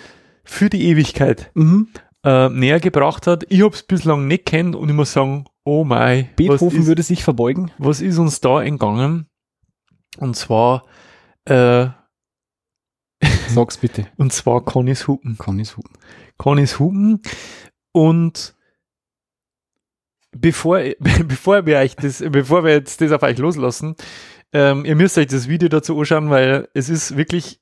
[SPEAKER 1] für die Ewigkeit
[SPEAKER 2] Mhm.
[SPEAKER 1] äh, näher gebracht hat. Ich habe es bislang nicht kennt und ich muss sagen, oh mein, was
[SPEAKER 2] Beethoven
[SPEAKER 1] ist,
[SPEAKER 2] würde sich verbeugen.
[SPEAKER 1] was ist uns da entgangen? Und zwar, äh,
[SPEAKER 2] Sag's bitte.
[SPEAKER 1] und zwar Connys Hupen.
[SPEAKER 2] Kann ich suchen.
[SPEAKER 1] Connys Hupen und bevor, bevor, wir euch das, bevor wir jetzt das auf euch loslassen, ähm, ihr müsst euch das Video dazu anschauen, weil es ist wirklich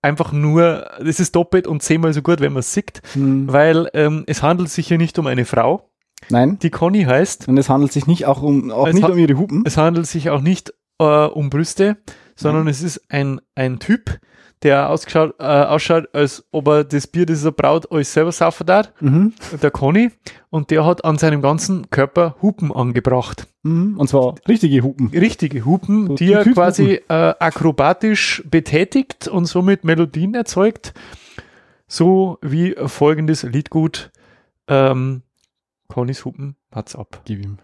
[SPEAKER 1] einfach nur, es ist doppelt und zehnmal so gut, wenn man es sieht.
[SPEAKER 2] Hm.
[SPEAKER 1] weil ähm, es handelt sich hier nicht um eine Frau,
[SPEAKER 2] Nein.
[SPEAKER 1] die Conny heißt.
[SPEAKER 2] Und es handelt sich nicht auch um auch
[SPEAKER 1] Es
[SPEAKER 2] nicht
[SPEAKER 1] hat-
[SPEAKER 2] um ihre Hupen.
[SPEAKER 1] Es handelt sich auch nicht äh, um Brüste, sondern
[SPEAKER 2] Mhm.
[SPEAKER 1] es ist ein, ein Typ, der ausgeschaut, äh, ausschaut, als ob er das Bier, das er braut, alles selber saufen darf,
[SPEAKER 2] Mhm.
[SPEAKER 1] der Conny. Und der hat an seinem ganzen Körper Hupen angebracht.
[SPEAKER 2] Mhm. Und zwar richtige Hupen.
[SPEAKER 1] Richtige Hupen,
[SPEAKER 2] So
[SPEAKER 1] die er
[SPEAKER 2] Typ-Hupen.
[SPEAKER 1] quasi äh, akrobatisch betätigt und somit Melodien erzeugt. So wie folgendes Liedgut. Ähm, Connys Hupen, hat's ab.
[SPEAKER 2] Gib ihm.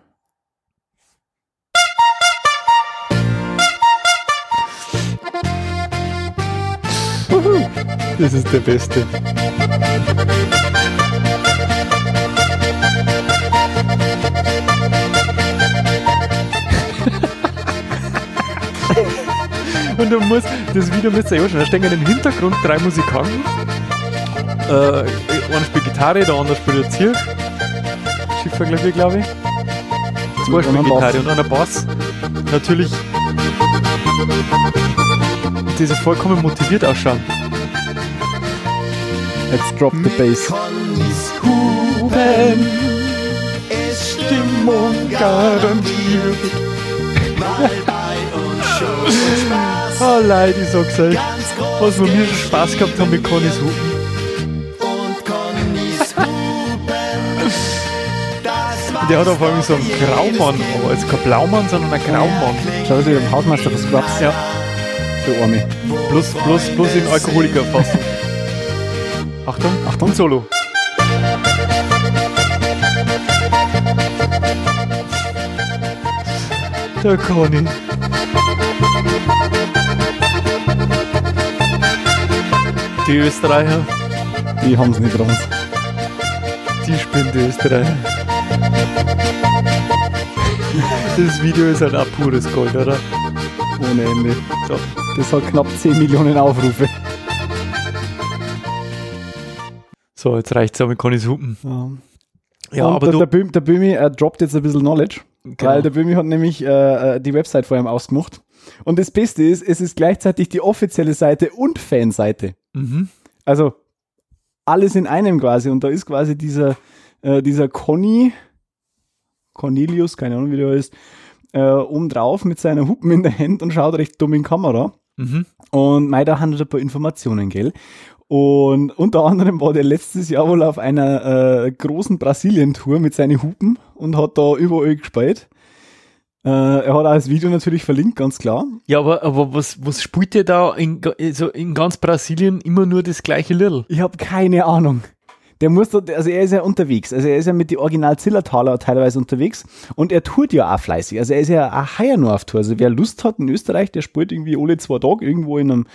[SPEAKER 1] Das ist der Beste. Und du musst, das Video müsst ihr ja schon, da stehen im Hintergrund drei Musikanten. Äh, einer spielt Gitarre, der andere spielt jetzt hier. Schiffvergleich, glaube ich. Zwei
[SPEAKER 2] Und
[SPEAKER 1] spielen
[SPEAKER 2] einen
[SPEAKER 1] Gitarre
[SPEAKER 2] Bass.
[SPEAKER 1] und einer Bass. Natürlich. Die so vollkommen motiviert ausschauen.
[SPEAKER 2] Let's drop the bass.
[SPEAKER 3] Connys Huben ist Stimmung garantiert, weil bei uns schon Spaß,
[SPEAKER 1] Oh Leute, ich sag's euch.
[SPEAKER 3] ganz groß
[SPEAKER 1] Was wir mir schon Spaß gehabt haben mit Connys Hupen.
[SPEAKER 3] und Connys Huben, das war
[SPEAKER 1] Der hat auf einmal so einen Graumann, aber jetzt kein Blaumann, sondern ein Graumann.
[SPEAKER 2] Schau dir den Hausmeister von Scrubs
[SPEAKER 1] Ja,
[SPEAKER 2] für Arme.
[SPEAKER 1] bloß, bloß, bloß in Alkoholiker fast. Achtung, Achtung, Solo. Der Conny. Die Österreicher,
[SPEAKER 2] Die haben's nicht raus.
[SPEAKER 1] die spinnen die Österreicher. Das Video ist halt auch pures Gold, oder?
[SPEAKER 2] Ohne Ende.
[SPEAKER 1] So.
[SPEAKER 2] Das hat knapp 10 Millionen Aufrufe.
[SPEAKER 1] So, jetzt reicht's auch mit Connys Hupen. Ja,
[SPEAKER 2] Ähm, Und
[SPEAKER 1] aber
[SPEAKER 2] der,
[SPEAKER 1] du,
[SPEAKER 2] der, Böhm, der Böhmi äh, droppt jetzt ein bisschen Knowledge,
[SPEAKER 1] Genau.
[SPEAKER 2] weil der Böhmi hat nämlich äh, äh, die Website vor ihm ausgemacht. Und das Beste ist, es ist gleichzeitig die offizielle Seite und Fanseite.
[SPEAKER 1] mhm.
[SPEAKER 2] Also alles in einem quasi. Und da ist quasi dieser, äh, dieser Conny, Cornelius, keine Ahnung wie der heißt, äh, obendrauf mit seiner Hupen in der Hand und schaut recht dumm in die Kamera.
[SPEAKER 1] Mhm.
[SPEAKER 2] Und mei, da handelt ein paar Informationen, gell? Und unter anderem war der letztes Jahr wohl auf einer äh, großen Brasilien-Tour mit seinen Hupen und hat da überall gespielt. Äh, er hat auch das Video natürlich verlinkt, ganz klar.
[SPEAKER 1] Ja, aber, aber was, was spielt ihr da in, ga- also in ganz Brasilien immer nur das gleiche Little?
[SPEAKER 2] Ich habe keine Ahnung. Der muss dort, also er ist ja unterwegs. Also er ist ja mit die Original Zillertaler teilweise unterwegs und er tourt ja auch fleißig. Also er ist ja auch heuer nur auf Tour. Also wer Lust hat in Österreich, der spielt irgendwie alle zwei Tage irgendwo in einem,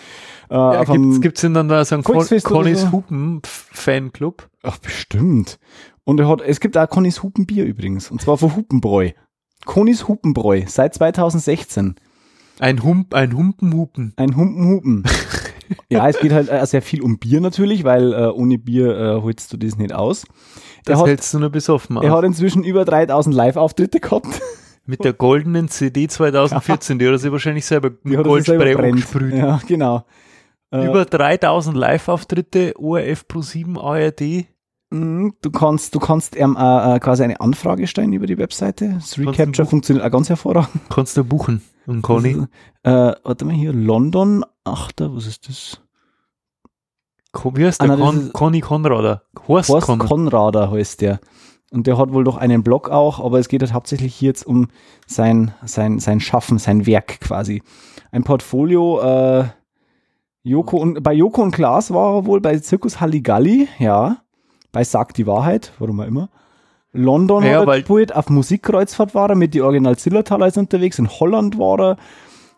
[SPEAKER 2] äh,
[SPEAKER 1] Ja,
[SPEAKER 2] auf einem
[SPEAKER 1] Gibt es denn dann da so einen Con
[SPEAKER 2] Volksfest oder
[SPEAKER 1] Connys
[SPEAKER 2] so?
[SPEAKER 1] Hupen F- Fanclub?
[SPEAKER 2] Ach, bestimmt. Und er hat, es gibt auch Connys Hupenbier übrigens. Und zwar von Hupenbräu. Connys Hupenbräu seit 2016.
[SPEAKER 1] Ein Hump, ein Humpenhupen.
[SPEAKER 2] Ein Humpenhupen. ja, es geht halt äh, sehr viel um Bier natürlich, weil äh, ohne Bier äh, holst du das nicht aus. Er
[SPEAKER 1] Das
[SPEAKER 2] hat,
[SPEAKER 1] hältst du nur besoffen
[SPEAKER 2] er
[SPEAKER 1] auf.
[SPEAKER 2] hat inzwischen über 3000 Live-Auftritte gehabt.
[SPEAKER 1] Mit der goldenen CD 2014, die hat er sich wahrscheinlich selber
[SPEAKER 2] Die
[SPEAKER 1] mit
[SPEAKER 2] hat er sich selber
[SPEAKER 1] Goldspray
[SPEAKER 2] brennt.
[SPEAKER 1] angesprüht.
[SPEAKER 2] Ja, genau. Äh,
[SPEAKER 1] Über 3000 Live-Auftritte, ORF Pro 7, ARD.
[SPEAKER 2] Mm, Du kannst, du kannst ihm äh, äh, quasi eine Anfrage stellen über die Webseite. Das Recapture
[SPEAKER 1] buchen.
[SPEAKER 2] funktioniert auch ganz hervorragend.
[SPEAKER 1] Kannst du buchen. Und Conny,
[SPEAKER 2] Äh, warte mal hier, London. Ach, da, was ist das?
[SPEAKER 1] Ko- wie heißt
[SPEAKER 2] Ah,
[SPEAKER 1] der?
[SPEAKER 2] nein, das
[SPEAKER 1] Con,
[SPEAKER 2] ist-
[SPEAKER 1] Conny Konrader. Horst,
[SPEAKER 2] Horst
[SPEAKER 1] Konrader.
[SPEAKER 2] Konrader heißt der. Und der hat wohl doch einen Blog auch, aber es geht halt hauptsächlich hier jetzt um sein, sein, sein Schaffen, sein Werk quasi. Ein Portfolio, äh, Joko und, bei Joko und Klaas war er wohl, bei Zirkus Halligalli, ja. Bei Sag die Wahrheit, warum auch immer. London
[SPEAKER 1] Ja,
[SPEAKER 2] hat er
[SPEAKER 1] weil-
[SPEAKER 2] gespielt, auf Musikkreuzfahrt war er, mit die Original Zillertaler ist unterwegs, in Holland war er.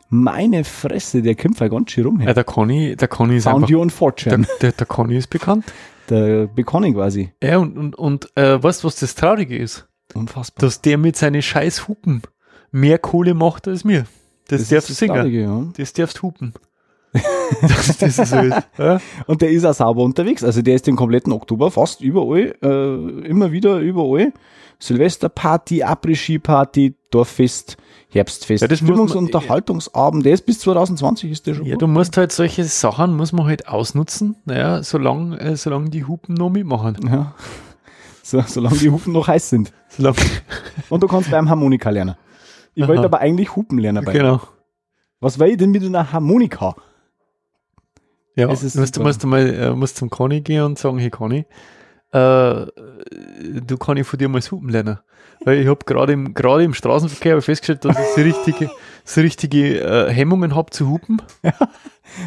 [SPEAKER 2] Meine Fresse, der kämpft ja ganz schön rum.
[SPEAKER 1] Ja,
[SPEAKER 2] her.
[SPEAKER 1] der Conny, der Conny ist
[SPEAKER 2] Found
[SPEAKER 1] einfach,
[SPEAKER 2] you on
[SPEAKER 1] der,
[SPEAKER 2] Fortune,
[SPEAKER 1] der, der Conny ist bekannt.
[SPEAKER 2] der Beconning quasi.
[SPEAKER 1] Ja, und, und, und äh, weißt du, was das Traurige ist?
[SPEAKER 2] Unfassbar.
[SPEAKER 1] Dass der mit seinen scheiß Hupen mehr Kohle macht als mir. Das,
[SPEAKER 2] ist
[SPEAKER 1] darfst du
[SPEAKER 2] das
[SPEAKER 1] singen.
[SPEAKER 2] Traurige, ja.
[SPEAKER 1] Das darfst hupen. das, das ist so ist. Ja?
[SPEAKER 2] Und der ist auch sauber unterwegs. Also der ist den kompletten Oktober fast überall, äh, immer wieder überall. Silvesterparty, Après-Ski-Party, Dorffest, Herbstfest,
[SPEAKER 1] Ja, das muss man-
[SPEAKER 2] Stimmungs- und Unterhaltungsabend. Der ist bis 2020, ist der schon
[SPEAKER 1] ja,
[SPEAKER 2] gut.
[SPEAKER 1] du musst halt solche Sachen, muss man halt ausnutzen, naja, solange äh, solang die Hupen noch mitmachen.
[SPEAKER 2] Ja. So, solange die Hupen noch heiß sind.
[SPEAKER 1] Solange,
[SPEAKER 2] Und du kannst beim Harmonika lernen. Ich wollte
[SPEAKER 1] Aha.
[SPEAKER 2] aber eigentlich Hupen lernen. Bei.
[SPEAKER 1] genau.
[SPEAKER 2] Was will ich denn mit einer Harmonika?
[SPEAKER 1] Ja,
[SPEAKER 2] Es ist
[SPEAKER 1] du musst, du
[SPEAKER 2] super.
[SPEAKER 1] musst, mal, äh, musst zum Conny gehen und sagen, hey Conny, äh, du kann ich von dir mal das Hupen lernen. Weil ich habe gerade im, gerade im Straßenverkehr hab ich festgestellt, dass ich so richtige, so richtige äh, Hemmungen habe zu hupen.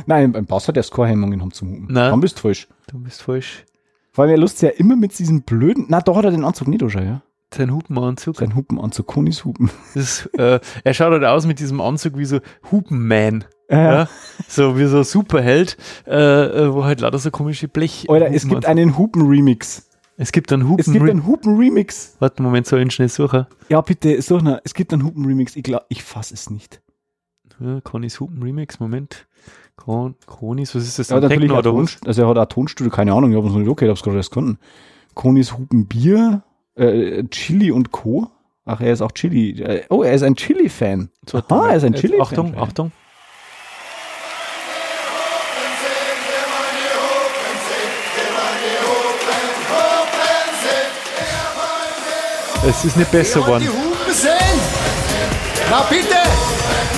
[SPEAKER 2] Nein, beim Bass hat er keine Hemmungen haben zum Hupen.
[SPEAKER 1] Nein.
[SPEAKER 2] Dann bist du falsch.
[SPEAKER 1] Du bist falsch.
[SPEAKER 2] Vor allem, er lustet ja immer mit diesem blöden. Na, doch hat er den Anzug nicht schon, ja.
[SPEAKER 1] Sein Hupenanzug.
[SPEAKER 2] Sein Hupenanzug, Konis Hupen.
[SPEAKER 1] Das, ist, äh, er schaut halt aus mit diesem Anzug wie so Hupenman.
[SPEAKER 2] Ja.
[SPEAKER 1] Ja? So wie so ein Superheld, äh, äh, wo halt lauter so komische Blech.
[SPEAKER 2] Oder es gibt einen Hupen-Remix.
[SPEAKER 1] es gibt einen Hupen.
[SPEAKER 2] Es gibt einen Hupen-Remix.
[SPEAKER 1] Warte einen Moment, soll ich ihn schnell suchen?
[SPEAKER 2] Ja, bitte, such mal. Es gibt einen Hupen-Remix. Ich glaube, ich fass es nicht.
[SPEAKER 1] Ja, Connys Hupen Remix, Moment. Con Connys, was ist das?
[SPEAKER 2] Er hat
[SPEAKER 1] Ein
[SPEAKER 2] natürlich auch
[SPEAKER 1] oder
[SPEAKER 2] Ton,
[SPEAKER 1] was?
[SPEAKER 2] also er hat auch Tonstudio, keine Ahnung, ich habe es noch nicht okay, ich habe es gerade erst gefunden. Konis Hupen-Bier, äh, Chili und Co. Ach, er ist auch Chili. Äh, oh, er ist ein Chili-Fan.
[SPEAKER 1] Jetzt warte
[SPEAKER 2] Ah,
[SPEAKER 1] mal.
[SPEAKER 2] er ist ein
[SPEAKER 1] Jetzt
[SPEAKER 2] Chili-Fan.
[SPEAKER 1] Achtung, Achtung. Es ist nicht besser
[SPEAKER 3] wollen
[SPEAKER 1] geworden.
[SPEAKER 3] die Hupen sehen? Na bitte,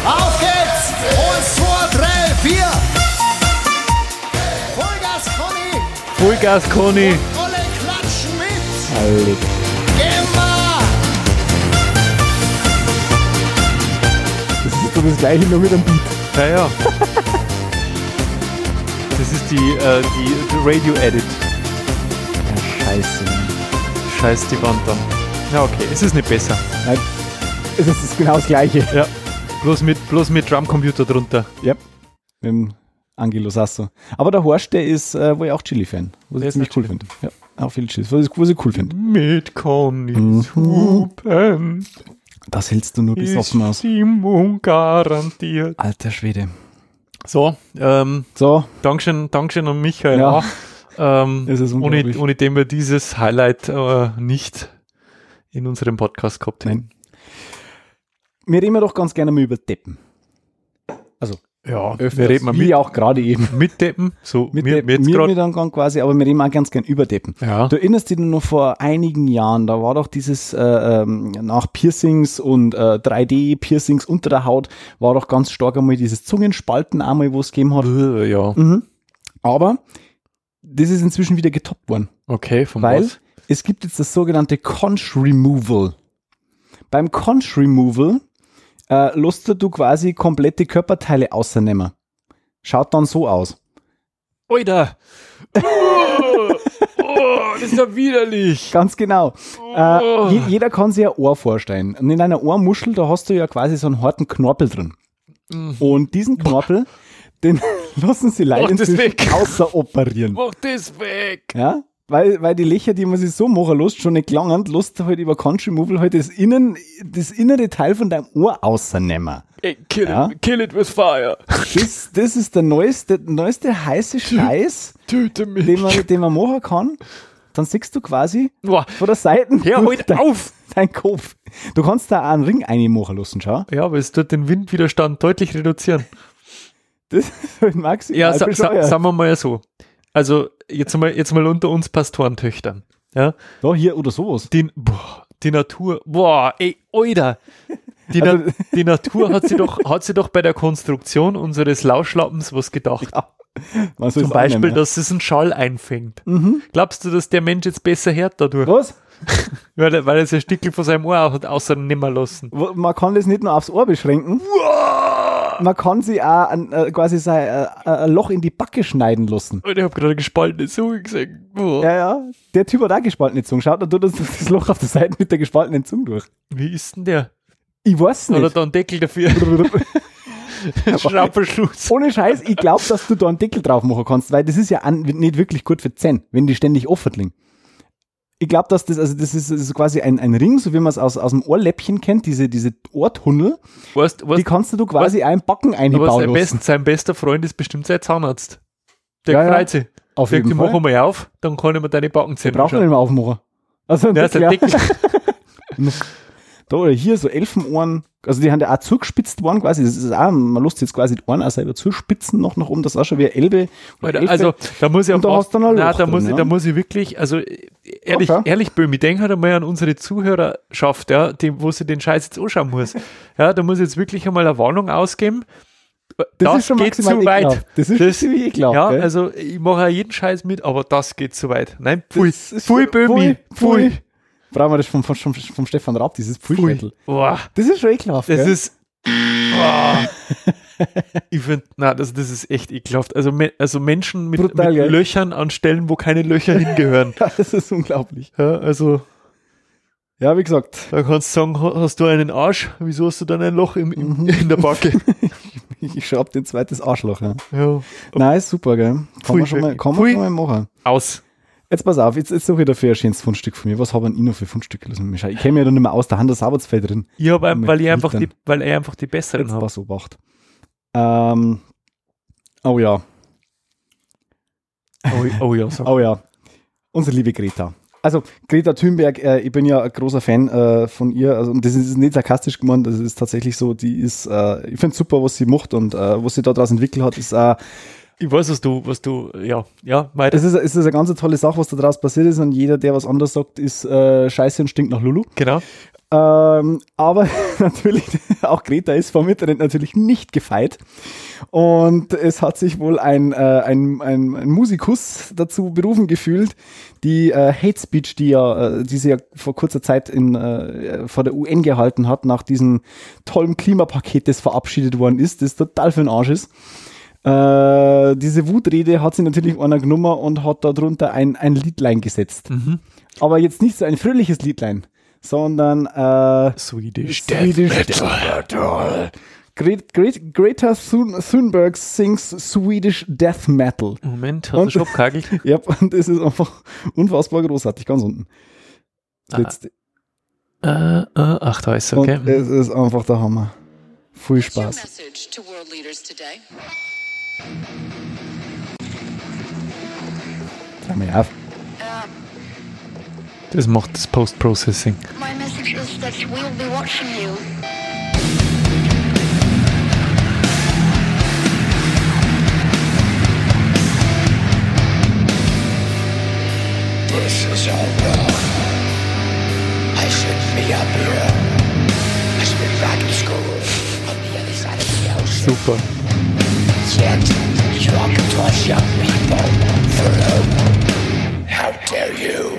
[SPEAKER 3] auf geht's! Eins, zwei, drei, vier! Vollgas, Conny!
[SPEAKER 1] Vollgas, Conny.
[SPEAKER 3] Alle klatschen mit!
[SPEAKER 2] Alter.
[SPEAKER 3] Immer!
[SPEAKER 2] Das ist doch das gleiche nur mit einem Beat.
[SPEAKER 1] Ja, ja. Das ist die, äh, die, die Radio-Edit.
[SPEAKER 2] Ja, scheiße. Mann.
[SPEAKER 1] Scheiß die Wand an. Ja, okay, es ist nicht besser.
[SPEAKER 2] Nein, es ist genau das gleiche.
[SPEAKER 1] Ja. Bloß mit, bloß mit Drumcomputer drunter.
[SPEAKER 2] Ja. Mit dem Angelo Sasso. Aber der Horst, der ist äh, wohl auch Chili-Fan. Mhm.
[SPEAKER 1] Der
[SPEAKER 2] Was ich
[SPEAKER 1] ist
[SPEAKER 2] ziemlich
[SPEAKER 1] ein
[SPEAKER 2] cool finde. Ja, auch viel Chili. Was ich, was ich cool finde.
[SPEAKER 1] Mit Connys
[SPEAKER 2] Mhm.
[SPEAKER 1] Hupen
[SPEAKER 2] Das hältst du nur
[SPEAKER 1] ist
[SPEAKER 2] besoffen aus.
[SPEAKER 1] Stimmung garantiert.
[SPEAKER 2] Alter Schwede.
[SPEAKER 1] So, ähm,
[SPEAKER 2] So,
[SPEAKER 1] Dankeschön, Dankeschön an Michael.
[SPEAKER 2] Ja.
[SPEAKER 1] auch. Ähm,
[SPEAKER 2] Es ist
[SPEAKER 1] ohne,
[SPEAKER 2] unglaublich.
[SPEAKER 1] ohne den wir dieses Highlight äh, nicht in unserem Podcast gehabt hätten.
[SPEAKER 2] nein. Wir reden ja doch ganz gerne mal über Deppen. Also,
[SPEAKER 1] Ja, wir reden mal
[SPEAKER 2] wie
[SPEAKER 1] mit,
[SPEAKER 2] auch gerade eben.
[SPEAKER 1] mitdeppen. So,
[SPEAKER 2] Mit
[SPEAKER 1] mir,
[SPEAKER 2] Deppen,
[SPEAKER 1] mir jetzt
[SPEAKER 2] wir,
[SPEAKER 1] gerade.
[SPEAKER 2] wir dann gang quasi, aber wir reden auch ganz gern über Deppen.
[SPEAKER 1] Ja.
[SPEAKER 2] Du erinnerst dich nur vor einigen Jahren, da war doch dieses äh, ähm, nach Piercings und äh, 3D-Piercings unter der Haut, war doch ganz stark einmal dieses Zungenspalten einmal, wo es gegeben hat.
[SPEAKER 1] Äh, Ja,
[SPEAKER 2] Mhm. Aber das ist inzwischen wieder getoppt worden.
[SPEAKER 1] okay, von
[SPEAKER 2] Weil
[SPEAKER 1] was?
[SPEAKER 2] es gibt jetzt das sogenannte Conch Removal. Beim Conch Removal äh, lässt du quasi komplette Körperteile außernehmen. Schaut dann so aus.
[SPEAKER 1] Oida! Oh, oh, das ist ja widerlich!
[SPEAKER 2] Ganz genau.
[SPEAKER 1] Oh.
[SPEAKER 2] Äh, je, jeder kann sich ein Ohr vorstellen. Und in einer Ohrmuschel, da hast du ja quasi so einen harten Knorpel drin. Und diesen Knorpel, den lassen sie leider
[SPEAKER 1] Mhm. Mach das
[SPEAKER 2] inzwischen
[SPEAKER 1] weg.
[SPEAKER 2] außer operieren.
[SPEAKER 1] Mach das weg!
[SPEAKER 2] Ja? weil, weil die Löcher, die man sich so machen lässt, schon nicht gelangen, lässt halt über Country Removal halt das, Innen, das innere Teil von deinem Ohr außernehmen.
[SPEAKER 1] Ey, kill,
[SPEAKER 2] Ja.
[SPEAKER 1] it, kill it with fire.
[SPEAKER 2] Das, das ist der neueste, neueste heiße Scheiß,
[SPEAKER 1] Töte mich.
[SPEAKER 2] den man, den man machen kann. Dann siehst du quasi
[SPEAKER 1] Boah.
[SPEAKER 2] von der Seite
[SPEAKER 1] Ja, halt
[SPEAKER 2] dein,
[SPEAKER 1] auf!
[SPEAKER 2] dein Kopf. Du kannst da auch einen Ring einmachen lassen, schau.
[SPEAKER 1] Ja, aber es tut den Windwiderstand deutlich reduzieren.
[SPEAKER 2] Das ist halt maximal
[SPEAKER 1] Ja, sa sa
[SPEAKER 2] bescheuert.
[SPEAKER 1] sagen wir mal so. Also, jetzt mal, jetzt mal unter uns Pastorentöchtern. Ja,
[SPEAKER 2] Da hier oder sowas.
[SPEAKER 1] die, boah, die Natur, boah, ey, Oida. Die, Na
[SPEAKER 2] Also-
[SPEAKER 1] die Natur hat sie, doch, hat sie doch bei der Konstruktion unseres Lauschlappens was gedacht.
[SPEAKER 2] Man soll's
[SPEAKER 1] Zum Beispiel,
[SPEAKER 2] annehmen, ja.
[SPEAKER 1] dass es einen Schall einfängt. Glaubst du, dass der Mensch jetzt besser hört dadurch?
[SPEAKER 2] Was?
[SPEAKER 1] Weil, er- weil er sich Stickel von seinem Ohr hat außer nimmer lassen.
[SPEAKER 2] Wo- Man kann das nicht nur aufs Ohr beschränken. Man kann sie auch an, äh, quasi sein äh, ein Loch in die Backe schneiden lassen.
[SPEAKER 1] Und ich habe gerade gespaltene Zunge gesehen. Boah.
[SPEAKER 2] Ja, ja. Der Typ hat auch gespaltene Zunge. Schaut, da tut das, das Loch auf der Seite mit der gespaltenen Zunge durch.
[SPEAKER 1] Wie ist denn der?
[SPEAKER 2] Ich weiß
[SPEAKER 1] Hat er
[SPEAKER 2] nicht.
[SPEAKER 1] da einen Deckel dafür? Schraubverschluss.
[SPEAKER 2] Ohne Scheiß, ich glaube, dass du da einen Deckel drauf machen kannst, weil das ist ja an, nicht wirklich gut für Zähne, wenn die ständig offen liegen. Ich glaube, dass das, also das ist, das ist quasi ein, ein Ring, so wie man es aus, aus dem Ohrläppchen kennt, diese, diese Ohrtunnel,
[SPEAKER 1] Weißt,
[SPEAKER 2] die
[SPEAKER 1] weißt,
[SPEAKER 2] kannst du da quasi einen Backen
[SPEAKER 1] aber
[SPEAKER 2] einbauen
[SPEAKER 1] sein,
[SPEAKER 2] lassen.
[SPEAKER 1] best, sein bester Freund ist bestimmt sein Zahnarzt. Der
[SPEAKER 2] Ja, ja.
[SPEAKER 1] freut sich.
[SPEAKER 2] Auf
[SPEAKER 1] Sagt, die
[SPEAKER 2] jeden Fall.
[SPEAKER 1] machen wir auf, dann kann ich mir deine Backenzähne
[SPEAKER 2] Braucht man nicht mehr aufmachen. Also ein
[SPEAKER 1] Ja, ist
[SPEAKER 2] Deckel,
[SPEAKER 1] ein
[SPEAKER 2] ja.
[SPEAKER 1] Deckel.
[SPEAKER 2] da oder hier so Elfenohren, also die haben ja auch zugespitzt worden quasi, das ist auch, man lässt jetzt quasi die Ohren auch selber zuspitzen noch nach oben, das ist auch schon wie eine Elbe. oder
[SPEAKER 1] Alter,
[SPEAKER 2] Elfe.
[SPEAKER 1] also da muss ich
[SPEAKER 2] Und da
[SPEAKER 1] auf-
[SPEAKER 2] hast du noch ein
[SPEAKER 1] Nein,
[SPEAKER 2] Loch
[SPEAKER 1] da
[SPEAKER 2] drin,
[SPEAKER 1] muss, ich,
[SPEAKER 2] ja.
[SPEAKER 1] da muss ich wirklich, also äh, ehrlich,
[SPEAKER 2] Okay.
[SPEAKER 1] ehrlich Böhm, ich denke halt einmal an unsere Zuhörerschaft, ja, die, wo sie den Scheiß jetzt anschauen muss. Ja, da muss ich jetzt wirklich einmal eine Warnung ausgeben. Das, geht zu
[SPEAKER 2] maximal
[SPEAKER 1] weit.
[SPEAKER 2] ekelhaft. Das ist
[SPEAKER 1] Das-
[SPEAKER 2] ziemlich ekelhaft.
[SPEAKER 1] Ja,
[SPEAKER 2] gell?
[SPEAKER 1] also ich mache ja jeden Scheiß mit, aber das geht zu weit. Nein, pfui,
[SPEAKER 2] Das ist-
[SPEAKER 1] pfui, Böhmi,
[SPEAKER 2] pfui.
[SPEAKER 1] pfui,
[SPEAKER 2] Brauchen wir das vom, vom, vom, vom Stefan Raab, dieses Pfui-Schädel.
[SPEAKER 1] pfui. Boah,
[SPEAKER 2] Das ist schon ekelhaft.
[SPEAKER 1] das
[SPEAKER 2] gell?
[SPEAKER 1] ist, boah. ich finde, na, das, das ist echt ekelhaft. Also, me, also Menschen mit,
[SPEAKER 2] Brutal,
[SPEAKER 1] mit
[SPEAKER 2] gell?
[SPEAKER 1] Löchern an Stellen, wo keine Löcher hingehören.
[SPEAKER 2] ja, das ist unglaublich.
[SPEAKER 1] Ja, also
[SPEAKER 2] Ja, wie gesagt,
[SPEAKER 1] Da kannst du sagen, ha- hast du einen Arsch? Wieso hast du dann ein Loch im, im, in der Backe?
[SPEAKER 2] ich, ich schraub den zweites Arschloch. Ja.
[SPEAKER 1] ja.
[SPEAKER 2] Nein, ist super, gell? Kann,
[SPEAKER 1] Pfui,
[SPEAKER 2] man schon mal, kann man
[SPEAKER 1] Pfui.
[SPEAKER 2] schon mal machen.
[SPEAKER 1] Aus.
[SPEAKER 2] Jetzt pass auf, jetzt, jetzt suche ich dafür ein schönes Fundstück von mir. Was habe ich noch für Fundstücke? Lass mich mal schauen. Ich kenne mich ja da nicht mehr aus, der Hand ist Arbeitsfeld drin.
[SPEAKER 1] Ich hab, ein-
[SPEAKER 2] Mit
[SPEAKER 1] weil, ich einfach die,
[SPEAKER 2] Filtern.
[SPEAKER 1] weil ich einfach die besseren
[SPEAKER 2] Jetzt
[SPEAKER 1] habe.
[SPEAKER 2] pass obacht. Ähm, oh ja,
[SPEAKER 1] Oh, oh ja, so.
[SPEAKER 2] oh ja. Unsere liebe Greta. Also Greta Thunberg, äh, ich bin ja ein großer Fan äh, von ihr. Also, und das ist nicht sarkastisch gemeint, das ist tatsächlich so, die ist, äh, ich finde super, was sie macht und äh, was sie daraus entwickelt hat, ist äh,
[SPEAKER 1] Ich weiß, was du, was du, ja, ja, weiter.
[SPEAKER 2] es ist, es ist eine ganz tolle Sache, was daraus passiert ist und jeder, der was anderes sagt, ist äh, scheiße und stinkt nach Lulu.
[SPEAKER 1] Genau.
[SPEAKER 2] Ähm, aber natürlich, auch Greta ist vom Internet natürlich nicht gefeit. Und es hat sich wohl ein, äh, ein, ein, ein Musikus dazu berufen gefühlt, die äh, Hate Speech, die, ja, äh, die sie ja vor kurzer Zeit in, äh, vor der UN gehalten hat, nach diesem tollen Klimapaket, das verabschiedet worden ist, das total für den Arsch ist. Äh, diese Wutrede hat sie natürlich einer genommen und hat darunter ein, ein Liedlein gesetzt. Aber jetzt nicht so ein fröhliches Liedlein, sondern äh,
[SPEAKER 1] Swedish
[SPEAKER 2] Swedish Gre- Gre- Greta Thun Thunberg sings Swedish Death Metal.
[SPEAKER 1] Moment, hast du schon abgehagelt?
[SPEAKER 2] Ja, und es ist einfach unfassbar großartig, ganz unten. Das Letzte.
[SPEAKER 1] Äh, äh, ach, da ist er,
[SPEAKER 2] Und
[SPEAKER 1] Ah, okay.
[SPEAKER 2] es ist einfach der Hammer. Viel
[SPEAKER 4] Your
[SPEAKER 2] Spaß.
[SPEAKER 4] message to world leaders today.
[SPEAKER 2] Dreh mal auf.
[SPEAKER 1] das macht das Post-Processing.
[SPEAKER 5] My message is that we'll be watching you.
[SPEAKER 6] This is all wrong. I shouldn't be up here. I should be back in school on the other side of the ocean.
[SPEAKER 1] Super.
[SPEAKER 6] Yet, you all can toss young people for hope. How dare you?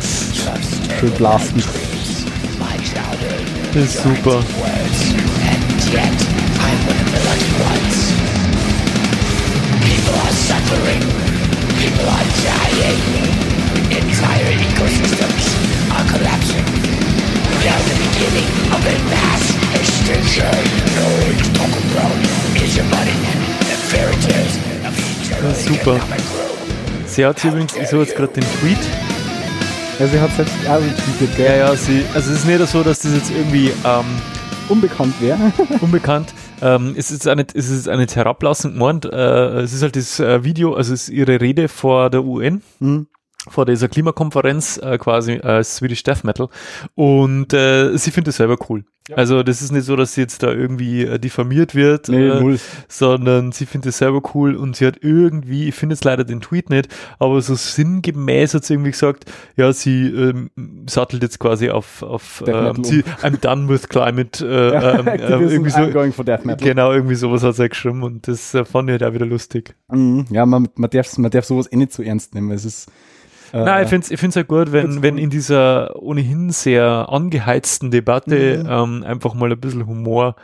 [SPEAKER 6] Some
[SPEAKER 2] Schön blasten.
[SPEAKER 6] statues, my childhood
[SPEAKER 1] Das ist super.
[SPEAKER 6] words, and yet I'm one of the lucky ones. People are suffering. People are dying. Entire ecosystems are collapsing. We are the beginning of a mass extinction. No one's talking about is your money and fairy tales of eternal
[SPEAKER 1] Super.
[SPEAKER 6] economic growth.
[SPEAKER 1] Sie hat sie übrigens, ich suche jetzt gerade den Tweet.
[SPEAKER 2] Ja, sie hat selbst auch retweetet, gell?
[SPEAKER 1] Ja, ja, sie, also es ist nicht so, dass das jetzt irgendwie ähm,
[SPEAKER 2] Unbekannt wäre.
[SPEAKER 1] unbekannt. Ähm, es ist auch nicht, es ist auch nicht herablassend gemeint. Äh, es ist halt das äh, Video, also es ist ihre Rede vor der UN,
[SPEAKER 2] Mhm.
[SPEAKER 1] vor dieser Klimakonferenz äh, quasi äh, Swedish Death Metal. Und äh, sie findet es selber cool. Also das ist nicht so, dass sie jetzt da irgendwie äh, diffamiert wird,
[SPEAKER 2] Nee,
[SPEAKER 1] äh,
[SPEAKER 2] null.
[SPEAKER 1] sondern sie findet es selber cool und sie hat irgendwie, ich finde jetzt leider den Tweet nicht, aber so sinngemäß hat sie irgendwie gesagt, ja, sie ähm, sattelt jetzt quasi auf, auf
[SPEAKER 2] Death Metal
[SPEAKER 1] ähm,
[SPEAKER 2] um.
[SPEAKER 1] sie, I'm done with climate äh, ähm, äh,
[SPEAKER 2] Activism,
[SPEAKER 1] irgendwie so,
[SPEAKER 2] I'm going for death metal.
[SPEAKER 1] Genau, irgendwie sowas hat er geschrieben und das äh, fand ich halt auch wieder lustig.
[SPEAKER 2] Mhm. Ja, man, man, darf, man darf sowas eh nicht so ernst nehmen. weil Es ist, äh,
[SPEAKER 1] Nein, ich finde es ich find's halt gut, wenn, wenn in dieser ohnehin sehr angeheizten Debatte ähm, einfach mal ein bisschen Humor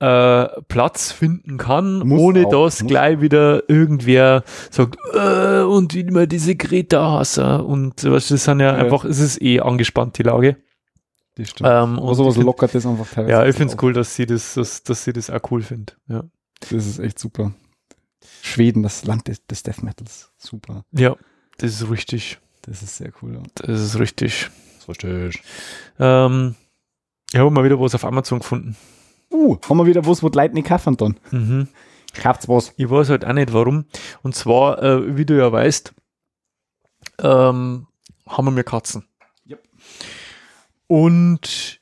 [SPEAKER 1] äh, Platz finden kann,
[SPEAKER 2] Muss
[SPEAKER 1] ohne
[SPEAKER 2] auch,
[SPEAKER 1] dass
[SPEAKER 2] muss.
[SPEAKER 1] gleich wieder irgendwer sagt, äh, und immer diese Greta Hasser und äh, weißt, du, das sind ja, einfach, es ist eh angespannt, die Lage.
[SPEAKER 2] das stimmt.
[SPEAKER 1] Ähm,
[SPEAKER 2] Aber
[SPEAKER 1] und
[SPEAKER 2] sowas
[SPEAKER 1] ich find-
[SPEAKER 2] lockert das einfach teilweise.
[SPEAKER 1] ja, ich finde
[SPEAKER 2] auf.
[SPEAKER 1] es cool, dass sie das, dass, dass sie das auch cool findet. Ja.
[SPEAKER 2] Das ist echt super. Schweden, das Land des, des Death Metals. Super.
[SPEAKER 1] ja, das ist richtig.
[SPEAKER 2] Das ist sehr cool.
[SPEAKER 1] Das ist richtig.
[SPEAKER 2] Richtig.
[SPEAKER 1] Ähm, ich habe mal wieder was auf Amazon gefunden.
[SPEAKER 2] Uh, haben wir wieder was, wo die Leute nicht kaufen dann.
[SPEAKER 1] Mhm.
[SPEAKER 2] Kauft's was.
[SPEAKER 1] Ich weiß halt auch nicht warum. Und zwar, äh, wie du ja weißt, ähm, haben wir Katzen. Und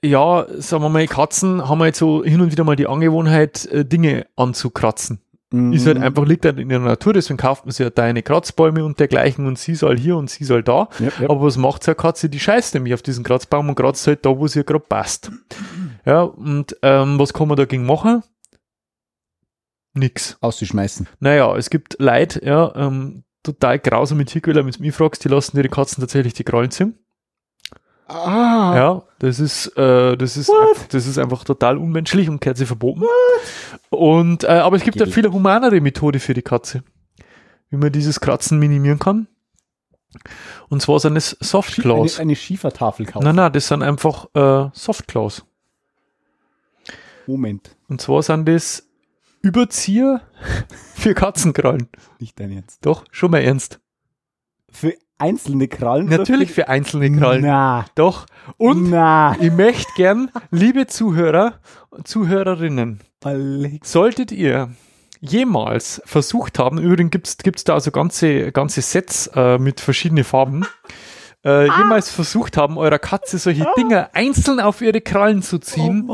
[SPEAKER 1] ja, sagen wir mal, Katzen haben halt so hin und wieder mal die Angewohnheit, äh, Dinge anzukratzen.
[SPEAKER 2] Mm, Mhm.
[SPEAKER 1] Ist halt einfach, liegt halt in der Natur, deswegen kauft man sich ja deine Kratzbäume und dergleichen und sie soll hier und sie soll da.
[SPEAKER 2] Ja, ja.
[SPEAKER 1] Aber was macht so eine Katze? Die scheißt nämlich auf diesen Kratzbaum und kratzt halt da, wo sie gerade passt. Ja, und ähm, was kann man dagegen machen? Nix.
[SPEAKER 2] Auszuschmeißen.
[SPEAKER 1] Naja, es gibt Leute, ja, ähm, total grausame Tierquäler, wenn du mich fragst, die lassen ihre Katzen tatsächlich die Krallen ziehen.
[SPEAKER 2] Ah.
[SPEAKER 1] Ja, das ist, äh, das, ist einfach, das ist einfach total unmenschlich und gehört sie verboten. Und, äh, aber es gibt ja
[SPEAKER 2] Geht.
[SPEAKER 1] viele humanere Methode für die Katze, wie man dieses Kratzen minimieren kann. Und zwar sind es
[SPEAKER 2] Eine,
[SPEAKER 1] Softclaws.
[SPEAKER 2] eine Schiefertafel kaufen.
[SPEAKER 1] Nein, nein, das sind einfach äh, Softclaws.
[SPEAKER 2] Moment.
[SPEAKER 1] Und zwar sind das Überzieher für Katzenkrallen.
[SPEAKER 2] Nicht dein Ernst.
[SPEAKER 1] Doch, schon mal ernst.
[SPEAKER 2] Für einzelne Krallen? oder
[SPEAKER 1] Natürlich für einzelne
[SPEAKER 2] für
[SPEAKER 1] Krallen.
[SPEAKER 2] Na.
[SPEAKER 1] Doch. Und
[SPEAKER 2] Na.
[SPEAKER 1] ich möchte gern, liebe Zuhörer und Zuhörerinnen,
[SPEAKER 2] Alex.
[SPEAKER 1] solltet ihr jemals versucht haben, übrigens gibt's gibt's da also ganze, ganze Sets äh, mit verschiedenen Farben, äh, jemals versucht haben, eurer Katze solche Dinger einzeln auf ihre Krallen zu ziehen,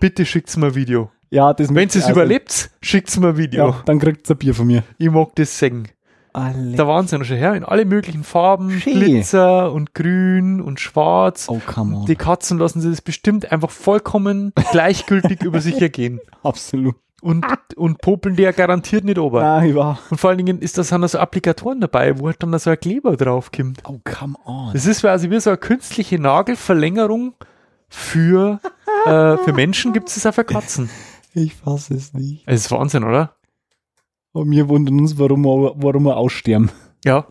[SPEAKER 1] bitte schickt's mir ein Video.
[SPEAKER 2] Oh. Ja, das
[SPEAKER 1] Wenn ihr es
[SPEAKER 2] also-
[SPEAKER 1] überlebt, schickt's mir ein Video.
[SPEAKER 2] Ja, dann kriegt's ein Bier von mir.
[SPEAKER 1] Ich mag das singen.
[SPEAKER 2] Alex.
[SPEAKER 1] Da waren sie noch schon her, in alle möglichen Farben,
[SPEAKER 2] Schön.
[SPEAKER 1] Glitzer und Grün und Schwarz.
[SPEAKER 2] Oh, come on.
[SPEAKER 1] Die Katzen lassen sie das bestimmt einfach vollkommen gleichgültig über sich ergehen.
[SPEAKER 2] Absolut.
[SPEAKER 1] Und, und popeln die ja garantiert nicht ober.
[SPEAKER 2] Ah, über.
[SPEAKER 1] Und vor allen Dingen ist da sind da so Applikatoren dabei, wo halt dann da so ein Kleber draufkommt.
[SPEAKER 2] Oh, come on.
[SPEAKER 1] Das ist quasi wie so eine künstliche Nagelverlängerung für, äh, für Menschen gibt es das auch für Katzen.
[SPEAKER 2] Ich fasse es nicht.
[SPEAKER 1] Es ist Wahnsinn, oder?
[SPEAKER 2] Und wir wundern uns, warum wir, warum wir aussterben.
[SPEAKER 1] Ja.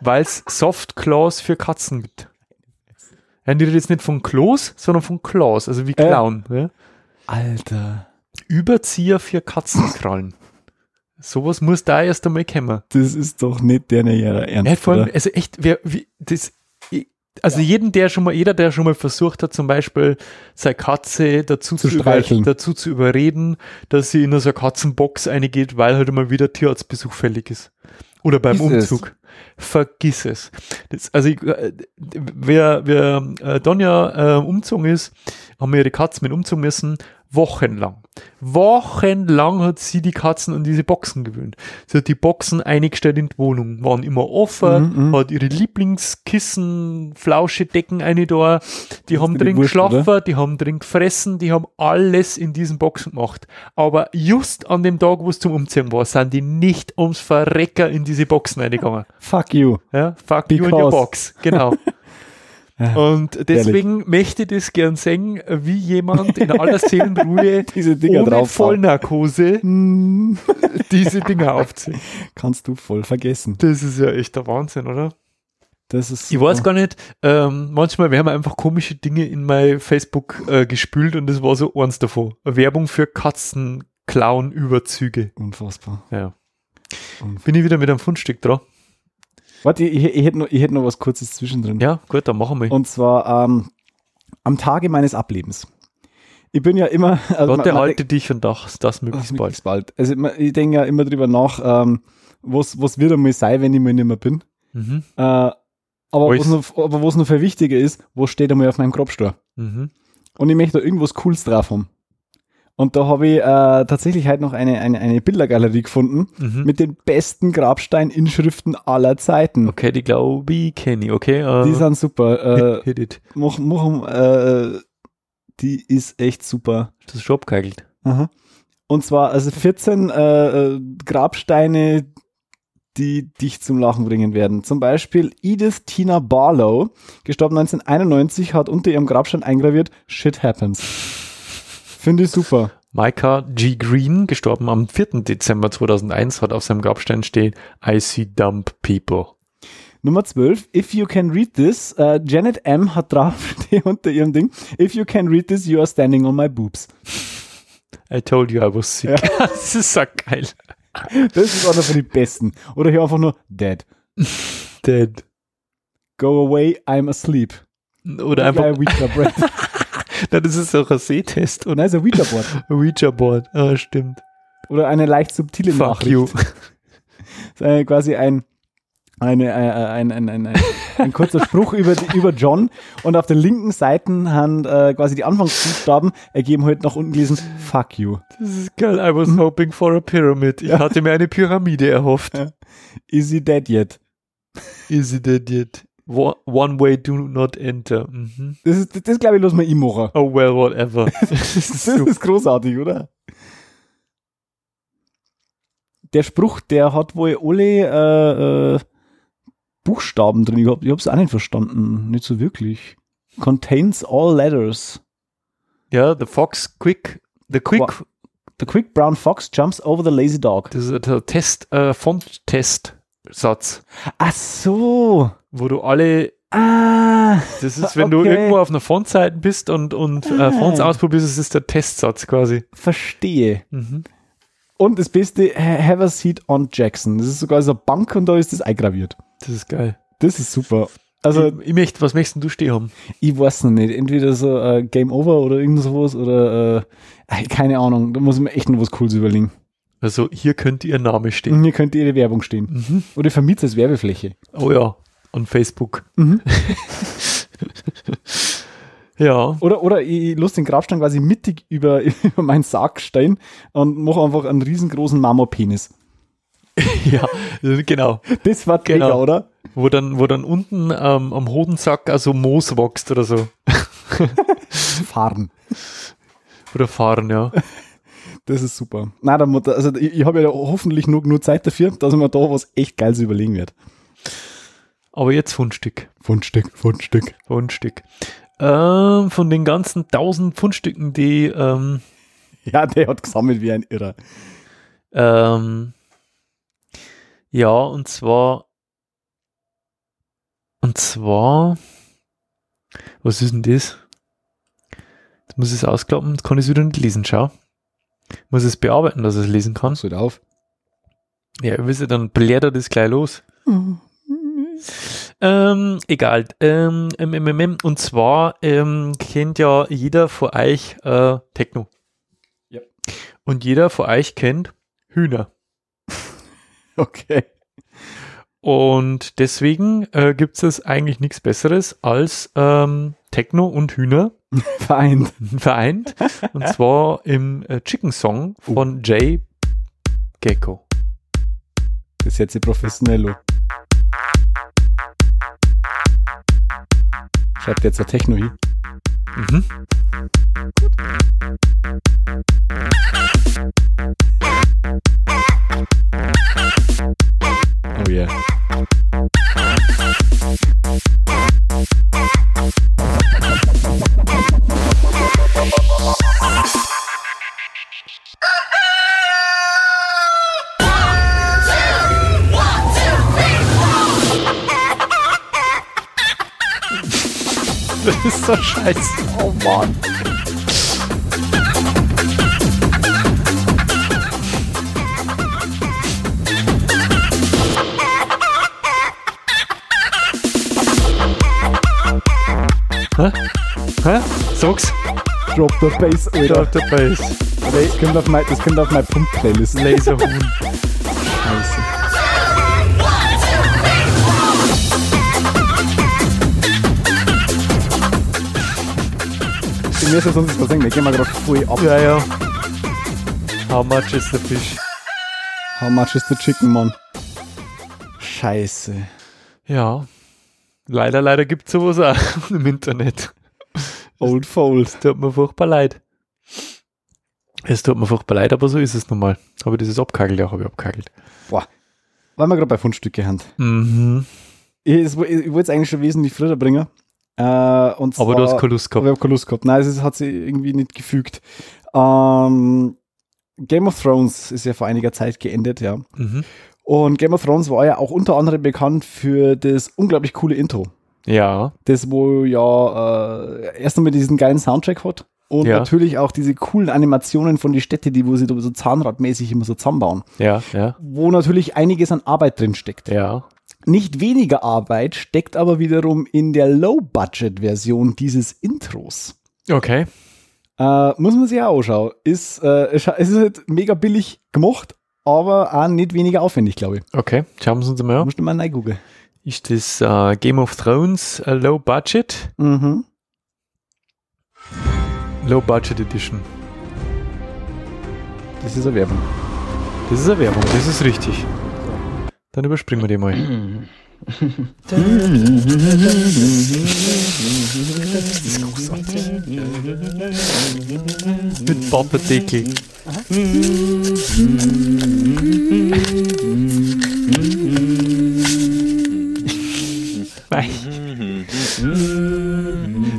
[SPEAKER 1] Weil es Soft Claws für Katzen gibt. Ja, die redet jetzt nicht von Klos, sondern von Claws, also wie Clown. Ja?
[SPEAKER 2] Alter.
[SPEAKER 1] Überzieher für Katzenkrallen. Sowas muss da erst einmal kommen.
[SPEAKER 2] Das ist doch nicht der ihrer Ernst.
[SPEAKER 1] Ja, vor allem,
[SPEAKER 2] oder?
[SPEAKER 1] also echt, wer, wie, das, ich- also jeden, der schon mal, jeder, der schon mal versucht hat, zum Beispiel seine Katze dazu zu,
[SPEAKER 2] Zu
[SPEAKER 1] über,
[SPEAKER 2] streicheln.
[SPEAKER 1] dazu zu überreden, dass sie in so eine Katzenbox eingeht, weil halt immer wieder Tierarztbesuch fällig ist. Oder beim
[SPEAKER 2] Vergiss es.
[SPEAKER 1] Umzug. Vergiss es. Das, also, ich, äh, wer, wer äh, Donja äh, umzogen ist, haben wir ihre Katzen mit umzogen müssen, wochenlang. Wochenlang hat sie die Katzen an diese Boxen gewöhnt. Sie hat die Boxen eingestellt in die Wohnung, waren immer offen, hat ihre Lieblingskissen, flausche Decken eine da, die haben
[SPEAKER 2] dir die
[SPEAKER 1] drin
[SPEAKER 2] Wurst,
[SPEAKER 1] geschlafen, die haben drin gefressen, die haben alles in diesen Boxen gemacht. Aber just an dem Tag, wo es zum Umziehen war, sind die nicht ums Verrecker in diese Boxen reingegangen.
[SPEAKER 2] Fuck you.
[SPEAKER 1] Ja, fuck you in your
[SPEAKER 2] Because.
[SPEAKER 1] box. Genau. Und deswegen möchte ich das gern sehen, wie jemand in aller Seelenruhe
[SPEAKER 2] Diese Dinger
[SPEAKER 1] ohne
[SPEAKER 2] draufhaut.
[SPEAKER 1] Vollnarkose
[SPEAKER 2] Mm,
[SPEAKER 1] diese Dinger aufzieht.
[SPEAKER 2] Kannst du voll vergessen.
[SPEAKER 1] Das ist ja echt der Wahnsinn, oder?
[SPEAKER 2] Das ist.
[SPEAKER 1] Ich weiß gar nicht, ähm, manchmal werden einfach komische Dinge in mein Facebook äh, gespült und das war so eins davon. Werbung für Katzenclown-Überzüge.
[SPEAKER 2] Unfassbar.
[SPEAKER 1] Ja. Bin ich wieder mit einem Fundstück dran?
[SPEAKER 2] Warte, ich, ich, ich hätte noch, ich hätte noch was Kurzes zwischendrin.
[SPEAKER 1] Ja, gut, dann machen wir.
[SPEAKER 2] Und zwar ähm, am Tage meines Ablebens. Ich bin ja immer. also
[SPEAKER 1] Gott
[SPEAKER 2] man- man-
[SPEAKER 1] erhalte dich und das, das möglichst bald.
[SPEAKER 2] Möglichst bald. Also ma- ich denke ja immer drüber nach, ähm, was, was wird einmal sein, wenn ich mal nicht mehr bin.
[SPEAKER 1] Mhm.
[SPEAKER 2] Äh, aber was
[SPEAKER 1] Alles.
[SPEAKER 2] noch, aber was noch viel wichtiger ist, was steht einmal auf meinem Grabstuhl?
[SPEAKER 1] Mhm.
[SPEAKER 2] Und ich möchte da irgendwas Cooles drauf haben. Und da habe ich äh, tatsächlich halt noch eine, eine, eine Bildergalerie gefunden
[SPEAKER 1] Mhm.
[SPEAKER 2] mit den besten Grabsteininschriften aller Zeiten.
[SPEAKER 1] Okay, die glaube ich kenne ich. Okay, äh,
[SPEAKER 2] Die sind super. Äh,
[SPEAKER 1] hit it.
[SPEAKER 2] mach, mach, äh, die ist echt super.
[SPEAKER 1] Das ist schon abgeheigelt.
[SPEAKER 2] Aha. Und zwar also 14 äh, äh, Grabsteine, die dich zum Lachen bringen werden. Zum Beispiel Edith Tina Barlow, gestorben 1991, hat unter ihrem Grabstein eingraviert Shit Happens. Finde ich super.
[SPEAKER 1] Micah G. Green, gestorben am 4. Dezember 2001, hat auf seinem Grabstein stehen I see dumb people.
[SPEAKER 2] Nummer 12, If You Can Read This, äh, Janet M. hat drauf unter ihrem Ding, If You Can Read This, You Are Standing on My Boobs.
[SPEAKER 1] I told you I was sick. das ist so geil.
[SPEAKER 2] Das ist einer von den besten. Oder hier einfach nur Dead.
[SPEAKER 1] Dead.
[SPEAKER 2] Go away, I'm asleep.
[SPEAKER 1] Oder einfach,
[SPEAKER 2] Like a Ouija board.
[SPEAKER 1] Nein, das ist auch ein Sehtest und
[SPEAKER 2] Nein, ist ein Ouija board.
[SPEAKER 1] ein Ouija Board. Ah, stimmt.
[SPEAKER 2] Oder eine leicht subtile
[SPEAKER 1] Fuck
[SPEAKER 2] Nachricht.
[SPEAKER 1] you.
[SPEAKER 2] Ist, äh, quasi ein, eine, äh, ein, ein, ein, ein, ein kurzer Spruch über, die, über John. Und auf der linken Seite haben äh, quasi die Anfangsbuchstaben ergeben heute nach unten gelesen Fuck you.
[SPEAKER 1] Das ist geil. I was
[SPEAKER 2] Mhm.
[SPEAKER 1] hoping for a pyramid. Ich hatte mir eine Pyramide erhofft.
[SPEAKER 2] Is he dead yet?
[SPEAKER 1] Is it dead yet? Wa- One way do not enter. Mhm.
[SPEAKER 2] Das, ist, das, das glaube ich, los mal Imora.
[SPEAKER 1] Oh well, whatever. das ist
[SPEAKER 2] Das ist großartig, oder? Der Spruch, der hat wohl alle äh, äh, Buchstaben drin. Ich habe es auch nicht verstanden. Nicht so wirklich. Contains all letters.
[SPEAKER 1] Ja, the fox quick, the quick,
[SPEAKER 2] Wa- The quick brown fox jumps over the lazy dog.
[SPEAKER 1] das ist der Test, äh, Font-Test-Satz,
[SPEAKER 2] Ach so.
[SPEAKER 1] wo du alle,
[SPEAKER 2] Ah.
[SPEAKER 1] das ist, wenn du
[SPEAKER 2] Okay.
[SPEAKER 1] irgendwo auf einer Fontseite bist und, und äh, Fonts
[SPEAKER 2] Ah.
[SPEAKER 1] ausprobierst, das ist der Testsatz quasi.
[SPEAKER 2] Verstehe.
[SPEAKER 1] Mhm.
[SPEAKER 2] Und das Beste, ha- have a seat on Jackson. Das ist sogar so eine Bank und da ist das eingraviert.
[SPEAKER 1] Das ist geil.
[SPEAKER 2] Das ist super.
[SPEAKER 1] Also,
[SPEAKER 2] Also,
[SPEAKER 1] ich, ich möchte, was möchtest denn du stehen haben?
[SPEAKER 2] ich weiß noch nicht. Entweder so äh, Game Over oder irgend sowas oder äh, keine Ahnung. Da muss ich mir echt noch was Cooles überlegen.
[SPEAKER 1] Also, hier könnte ihr Name stehen.
[SPEAKER 2] Hier könnte ihre Werbung stehen. Oder ihr vermietet als Werbefläche.
[SPEAKER 1] Oh ja, an Facebook.
[SPEAKER 2] Mhm.
[SPEAKER 1] ja,
[SPEAKER 2] Oder, oder ich lasse den Grabstein quasi mittig über, über meinen Sarg stehen und mache einfach einen riesengroßen Marmorpenis.
[SPEAKER 1] ja, genau.
[SPEAKER 2] Das war
[SPEAKER 1] Genau.
[SPEAKER 2] mega, oder?
[SPEAKER 1] Wo dann, wo dann unten ähm, am Hodensack also Moos wächst oder so.
[SPEAKER 2] fahren.
[SPEAKER 1] Oder fahren, ja.
[SPEAKER 2] Das ist super. Na, da, mu- also ich, ich habe ja hoffentlich nur genug Zeit dafür, dass ich mir da was echt Geiles überlegen werde.
[SPEAKER 1] Aber jetzt Fundstück.
[SPEAKER 2] Fundstück, Fundstück.
[SPEAKER 1] Fundstück. Ähm, von den ganzen tausend Fundstücken, die ähm,
[SPEAKER 2] Ja, der hat gesammelt wie ein Irrer.
[SPEAKER 1] ähm, ja, und zwar und zwar was ist denn das? Jetzt muss ich es ausklappen, jetzt kann ich es wieder nicht lesen, schau. Muss es bearbeiten, dass ich es lesen kann.
[SPEAKER 2] Pass halt auf.
[SPEAKER 1] Ja, ihr wisst ja, dann blättert es gleich los. Ähm, egal. Ähm, ähm, ähm, ähm, und zwar ähm, kennt ja jeder von euch äh, Techno.
[SPEAKER 2] Ja.
[SPEAKER 1] Und jeder von euch kennt Hühner.
[SPEAKER 2] Okay.
[SPEAKER 1] Und deswegen äh, gibt es eigentlich nichts Besseres als ähm, Techno und Hühner
[SPEAKER 2] Vereint.
[SPEAKER 1] vereint. und zwar im äh, Chicken Song von Jay Gecko.
[SPEAKER 2] Das ist jetzt die Professionello. Schreibt jetzt ein Techno hin.
[SPEAKER 1] Mhm.
[SPEAKER 2] Oh yeah.
[SPEAKER 1] Das ist so scheiße. Oh Mann. Hä? Hä? Sag's.
[SPEAKER 2] Drop the Bass, Alter.
[SPEAKER 1] Drop the Bass.
[SPEAKER 2] Aber Das kommt auf mein, das kommt auf mein Pump-Playlist.
[SPEAKER 1] Laserhuhn.
[SPEAKER 2] Scheiße. Ich mir ist ja sonst was sagen, ich geh mal gerade voll ab.
[SPEAKER 1] ja, ja. How much is the fish?
[SPEAKER 2] How much is the chicken, Mann? Scheiße.
[SPEAKER 1] Ja. Leider, leider gibt's sowas auch im Internet.
[SPEAKER 2] Old Fold.
[SPEAKER 1] Tut mir furchtbar leid. Es tut mir furchtbar leid, aber so ist es nun mal. Habe ich dieses abkagelt? Ja, habe ich abkagelt.
[SPEAKER 2] Boah. Weil wir gerade bei Fundstücke haben.
[SPEAKER 1] Mhm.
[SPEAKER 2] Ich, es- ich wollte es eigentlich schon wesentlich früher bringen. Äh, und
[SPEAKER 1] Aber
[SPEAKER 2] zwar,
[SPEAKER 1] du hast keine Lust
[SPEAKER 2] Aber
[SPEAKER 1] gehabt.
[SPEAKER 2] ich habe keine Lust gehabt. Nein, es ist- hat sich irgendwie nicht gefügt. Ähm, Game of Thrones ist ja vor einiger Zeit geendet, ja.
[SPEAKER 1] Mhm.
[SPEAKER 2] Und Game of Thrones war ja auch unter anderem bekannt für das unglaublich coole Intro.
[SPEAKER 1] Ja.
[SPEAKER 2] Das, wo ja äh, erst einmal diesen geilen Soundtrack hat. Und
[SPEAKER 1] Ja.
[SPEAKER 2] natürlich auch diese coolen Animationen von die Städte, die wo sie da so zahnradmäßig immer so zusammenbauen.
[SPEAKER 1] Ja, ja,
[SPEAKER 2] Wo natürlich einiges an Arbeit drin steckt.
[SPEAKER 1] ja.
[SPEAKER 2] Nicht weniger Arbeit steckt aber wiederum in der Low-Budget-Version dieses Intros.
[SPEAKER 1] Okay.
[SPEAKER 2] Äh, muss man sich auch anschauen. Ist, äh, es scha- es ist halt mega billig gemacht, aber auch nicht weniger aufwendig, glaube ich.
[SPEAKER 1] Okay. Schauen wir uns mal an.
[SPEAKER 2] Musst du mal reingoogeln.
[SPEAKER 1] Ist das äh, Game of Thrones äh, Low Budget?
[SPEAKER 2] Mhm.
[SPEAKER 1] Low Budget Edition.
[SPEAKER 2] Das ist eine Werbung.
[SPEAKER 1] Das ist eine Werbung, das ist richtig. Dann überspringen wir die mal. Das ist großartig. Mit Pappendeckel. Mei.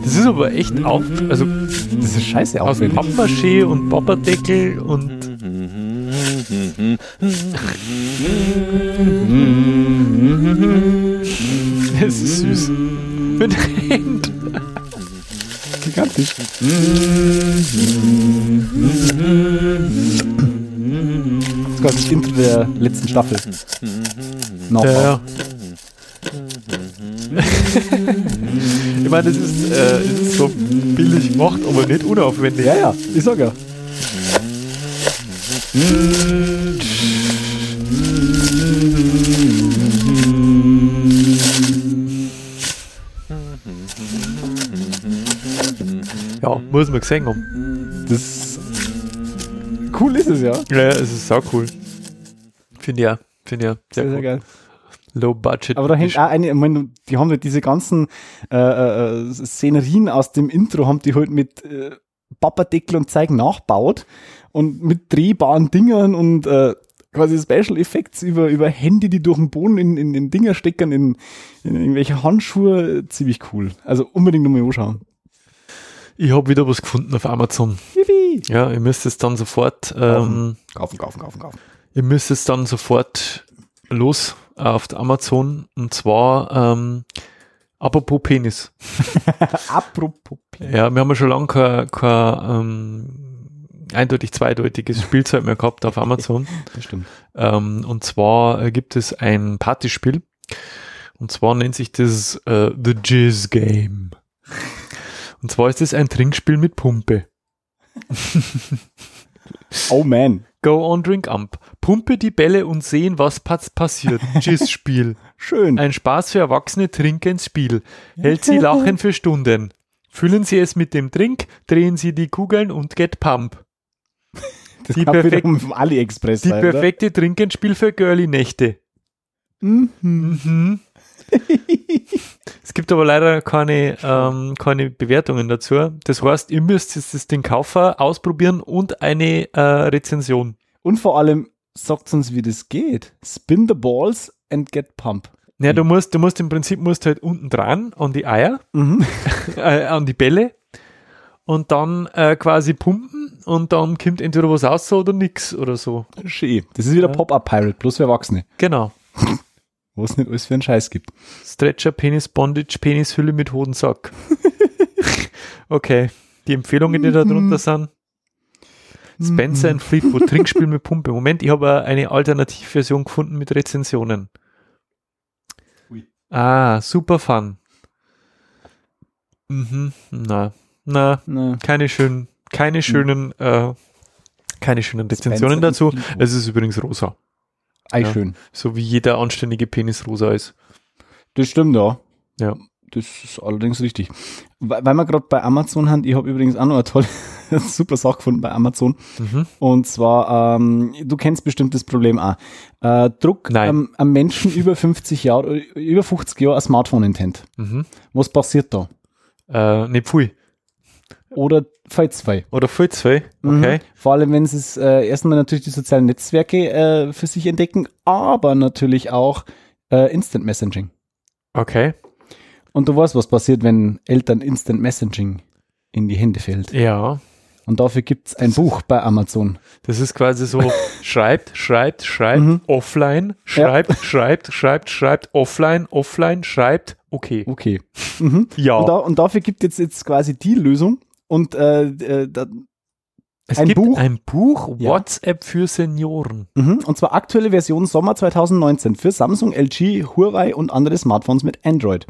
[SPEAKER 1] Das ist aber echt auf, also
[SPEAKER 2] Das ist scheiße
[SPEAKER 1] aus
[SPEAKER 2] aufwendig.
[SPEAKER 1] Pappmaché und Pappendeckel und es ist süß. Mit Hand.
[SPEAKER 2] Gigantisch. Das ist quasi das Intro der letzten Staffel. No.
[SPEAKER 1] Äh, Ja, ja. ich meine, das ist, äh, es ist so billig gemacht, aber nicht unaufwendig.
[SPEAKER 2] ja, ja, ich sag ja.
[SPEAKER 1] Ja, muss man gesehen haben.
[SPEAKER 2] Das cool ist es ja.
[SPEAKER 1] Ja, ja, es ist sau cool. Finde ich auch. Finde ich auch. Sehr,
[SPEAKER 2] Sehr, sehr
[SPEAKER 1] cool.
[SPEAKER 2] geil.
[SPEAKER 1] Low Budget.
[SPEAKER 2] Aber da hängt auch eine, ich meine, die haben halt diese ganzen äh, äh, äh, Szenerien aus dem Intro, haben die halt mit äh, Papadeckel und Zeig nachbaut und mit drehbaren Dingern und äh, quasi Special Effects über, über Hände, die durch den Boden in, in, in Dinger steckern, in, in irgendwelche Handschuhe, äh, ziemlich cool. Also unbedingt nochmal anschauen.
[SPEAKER 1] ich habe wieder was gefunden auf Amazon.
[SPEAKER 2] Yippie!
[SPEAKER 1] Ja, ihr müsst es dann sofort. Ähm,
[SPEAKER 2] Kaufen, kaufen, kaufen, kaufen.
[SPEAKER 1] Ihr müsst es dann sofort los auf Amazon und zwar ähm, apropos Penis.
[SPEAKER 2] Apropos.
[SPEAKER 1] Ja, wir haben ja schon lange kein, kein ähm, eindeutig zweideutiges Spielzeug mehr gehabt auf Amazon.
[SPEAKER 2] Das stimmt.
[SPEAKER 1] ähm, und zwar äh, gibt es ein Partyspiel und zwar nennt sich das äh, The Jizz Game. Und zwar ist es ein Trinkspiel mit Pumpe.
[SPEAKER 2] Oh man.
[SPEAKER 1] Go on, drink ump. Pumpe die Bälle und sehen, was pas passiert. Jizz-Spiel.
[SPEAKER 2] Schön.
[SPEAKER 1] Ein Spaß für Erwachsene, Trink ins Spiel. Hält sie lachen für Stunden. Füllen sie es mit dem Trink, drehen sie die Kugeln und get pump.
[SPEAKER 2] Das
[SPEAKER 1] die
[SPEAKER 2] die perfekt,
[SPEAKER 1] perfekt-
[SPEAKER 2] wiederum vom AliExpress
[SPEAKER 1] Die
[SPEAKER 2] sein, oder?
[SPEAKER 1] perfekte Trinkenspiel für Girly-Nächte. Mhm. es gibt aber leider keine, ähm, keine Bewertungen dazu. Das heißt, ihr müsst jetzt das Ding kaufen, ausprobieren und eine äh, Rezension.
[SPEAKER 2] Und vor allem, sagt uns, wie das geht. Spin the balls and get pump.
[SPEAKER 1] Ja, du musst, du musst im Prinzip musst halt unten dran an die Eier, äh, an die Bälle und dann äh, quasi pumpen und dann kommt entweder was raus oder nix oder so.
[SPEAKER 2] Schön. Das ist wieder Pop-Up Pirate, bloß für Erwachsene.
[SPEAKER 1] Genau.
[SPEAKER 2] Wo es nicht alles für einen Scheiß gibt.
[SPEAKER 1] Stretcher, Penis Bondage, Penishülle mit Hodensack. okay. Die Empfehlungen, die da drunter sind. Spencer and Fleetwood, Trinkspiel mit Pumpe. Moment, ich habe äh, eine Alternativversion gefunden mit Rezensionen. Ah, super fun. Mhm. Na, na,
[SPEAKER 2] Ne.
[SPEAKER 1] keine schönen, keine schönen, äh, keine schönen Rezensionen
[SPEAKER 2] und
[SPEAKER 1] dazu.
[SPEAKER 2] Fibo.
[SPEAKER 1] Es ist übrigens rosa.
[SPEAKER 2] Ei,
[SPEAKER 1] Ja.
[SPEAKER 2] schön.
[SPEAKER 1] So wie jeder anständige Penis rosa ist.
[SPEAKER 2] Das stimmt, ja.
[SPEAKER 1] Ja.
[SPEAKER 2] Das ist allerdings richtig. Weil weil wir gerade bei Amazon haben, ich habe übrigens auch noch eine tolle, super Sache gefunden bei Amazon.
[SPEAKER 1] Mhm.
[SPEAKER 2] Und zwar, ähm, du kennst bestimmt das Problem auch. Äh, Druck
[SPEAKER 1] Nein.
[SPEAKER 2] am- am Menschen über 50 Jahre, über 50 Jahre ein Smartphone in die Hand.
[SPEAKER 1] Mhm.
[SPEAKER 2] Was passiert da?
[SPEAKER 1] Äh, ne, pfui.
[SPEAKER 2] Oder fällt zwei.
[SPEAKER 1] Oder voll zwei.
[SPEAKER 2] Mhm.
[SPEAKER 1] Okay.
[SPEAKER 2] Vor allem, wenn sie es äh, erstmal natürlich die sozialen Netzwerke äh, für sich entdecken, aber natürlich auch äh, Instant Messaging.
[SPEAKER 1] Okay.
[SPEAKER 2] Und du weißt, was passiert, wenn Eltern Instant Messaging in die Hände fällt.
[SPEAKER 1] Ja.
[SPEAKER 2] Und dafür gibt es ein Buch bei Amazon.
[SPEAKER 1] Das ist quasi so, schreibt, schreibt, schreibt,
[SPEAKER 2] Mhm.
[SPEAKER 1] offline, schreibt, schreibt, schreibt, schreibt, offline, offline, schreibt, okay.
[SPEAKER 2] Okay. Mhm.
[SPEAKER 1] Ja,
[SPEAKER 2] Und, da, und dafür gibt jetzt jetzt quasi die Lösung. Und äh, äh, da,
[SPEAKER 1] es
[SPEAKER 2] ein
[SPEAKER 1] gibt
[SPEAKER 2] Buch.
[SPEAKER 1] ein Buch,
[SPEAKER 2] Ja.
[SPEAKER 1] WhatsApp für Senioren.
[SPEAKER 2] mhm. und zwar aktuelle Version Sommer 2019 für Samsung, LG, Huawei und andere Smartphones mit Android.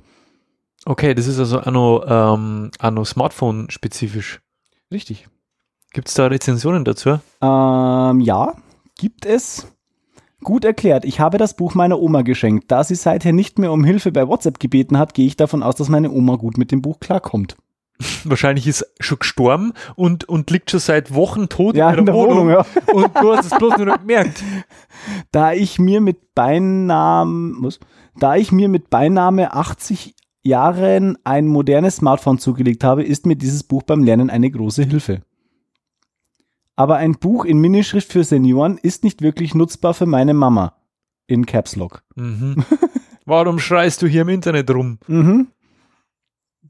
[SPEAKER 1] Okay, das ist also anno, ähm, anno Smartphone-spezifisch.
[SPEAKER 2] Richtig.
[SPEAKER 1] Gibt es da Rezensionen dazu?
[SPEAKER 2] Ähm, ja, gibt es. Gut erklärt. Ich habe das Buch meiner Oma geschenkt. Da sie seither nicht mehr um Hilfe bei WhatsApp gebeten hat, gehe ich davon aus, dass meine Oma gut mit dem Buch klarkommt.
[SPEAKER 1] Wahrscheinlich ist schon gestorben und, und liegt schon seit Wochen tot
[SPEAKER 2] Ja, in der Wohnung, ja.
[SPEAKER 1] Und du hast es bloß nur nicht gemerkt.
[SPEAKER 2] Da ich mir mit Beinamen, was? da ich mir mit Beiname 80 Jahren ein modernes Smartphone zugelegt habe, ist mir dieses Buch beim Lernen eine große Hilfe. Aber ein Buch in Minischrift für Senioren ist nicht wirklich nutzbar für meine Mama. In Caps Lock.
[SPEAKER 1] Mhm. Warum schreist du hier im Internet rum?
[SPEAKER 2] Mhm.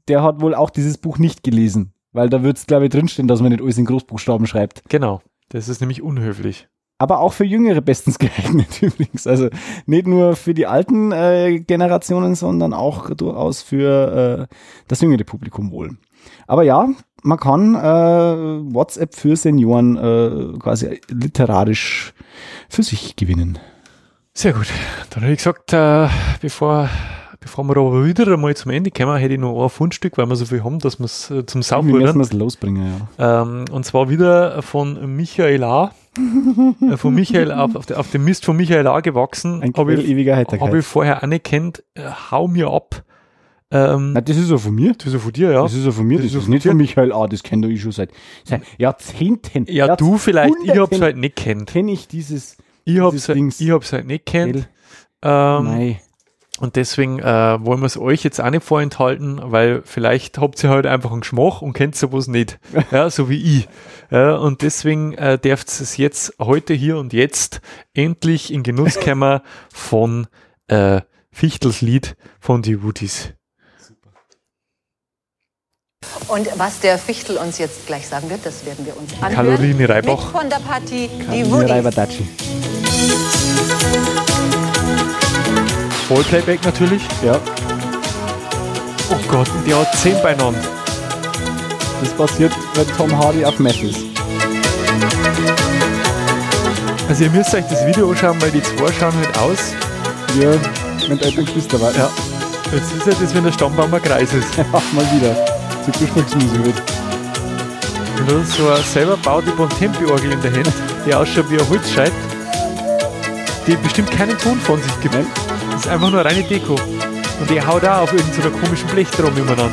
[SPEAKER 2] Der hat wohl auch dieses Buch nicht gelesen, weil da wird es, glaube ich, drinstehen, dass man nicht alles in Großbuchstaben schreibt.
[SPEAKER 1] Genau, das ist nämlich unhöflich.
[SPEAKER 2] Aber auch für Jüngere bestens geeignet übrigens. Also nicht nur für die alten äh, Generationen, sondern auch durchaus für äh, das jüngere Publikum wohl. Aber ja, man kann äh, WhatsApp für Senioren äh, quasi literarisch für sich gewinnen.
[SPEAKER 1] Sehr gut. Dann hätte ich gesagt, äh, bevor, bevor wir aber wieder einmal zum Ende kommen, hätte ich noch ein Fundstück, weil wir so viel haben, dass wir es äh, zum
[SPEAKER 2] Irgendwie müssen
[SPEAKER 1] Saubern.
[SPEAKER 2] wir es losbringen, ja.
[SPEAKER 1] Ähm, und zwar wieder von Michael A. Äh, von Michael, auf, auf, de, auf dem Mist von Michael A. gewachsen.
[SPEAKER 2] Ein
[SPEAKER 1] Habe
[SPEAKER 2] Quell
[SPEAKER 1] ich,
[SPEAKER 2] ewiger
[SPEAKER 1] hab
[SPEAKER 2] Heiterkeit.
[SPEAKER 1] ich vorher anerkannt. Äh, hau mir ab. Ähm,
[SPEAKER 2] Na, das ist ja von mir.
[SPEAKER 1] das ist ja von dir, ja.
[SPEAKER 2] Das ist ja von mir, das,
[SPEAKER 1] Das ist
[SPEAKER 2] ist nicht von Michael A., das kenne ich schon seit, seit Jahrzehnten.
[SPEAKER 1] Ja, du vielleicht. Ich hab's
[SPEAKER 2] Jahrhunderten
[SPEAKER 1] halt nicht kennt.
[SPEAKER 2] kenne ich dieses
[SPEAKER 1] Ich
[SPEAKER 2] Dieses
[SPEAKER 1] hab's,
[SPEAKER 2] Dings.
[SPEAKER 1] ich hab's halt nicht kennt.
[SPEAKER 2] Quell.
[SPEAKER 1] Ähm,
[SPEAKER 2] Nein.
[SPEAKER 1] Und deswegen äh, wollen wir es euch jetzt auch nicht vorenthalten, weil vielleicht habt ihr halt einfach einen Geschmack und kennt sowas nicht. Ja, so wie ich. Ja, und deswegen äh, dürft ihr es jetzt heute, hier und jetzt endlich in Genuss kommen von äh, Fichtels Lied von die Woodies.
[SPEAKER 7] Und was der Fichtel uns jetzt gleich sagen wird, das werden wir uns anhören.
[SPEAKER 1] Kalorien Reibach.
[SPEAKER 7] Mit von der Partie, die Woodies.
[SPEAKER 2] Reibadatschi.
[SPEAKER 1] Vollplayback natürlich.
[SPEAKER 2] Ja,
[SPEAKER 1] Oh Gott, die hat 10 beieinander.
[SPEAKER 2] das passiert, wenn Tom Hardy auf Mesh ist.
[SPEAKER 1] Also ihr müsst euch das Video anschauen, weil die zwei schauen halt aus.
[SPEAKER 2] Wir mit alten Geschwister war.
[SPEAKER 1] Ja. Jetzt ist ja das, wenn der Stammbaum ein Kreis ist.
[SPEAKER 2] Ach, mal wieder. Typisch Volksmusik wird.
[SPEAKER 1] Und das ist so eine selber baut über eine Tempi-Orgel in der Hand, die ausschaut wie ein Holzscheit, die bestimmt keinen Ton von sich gibt.
[SPEAKER 2] Nein.
[SPEAKER 1] Das ist einfach nur reine Deko. Und die haut auch auf irgendeiner komischen Blechtraum umeinander.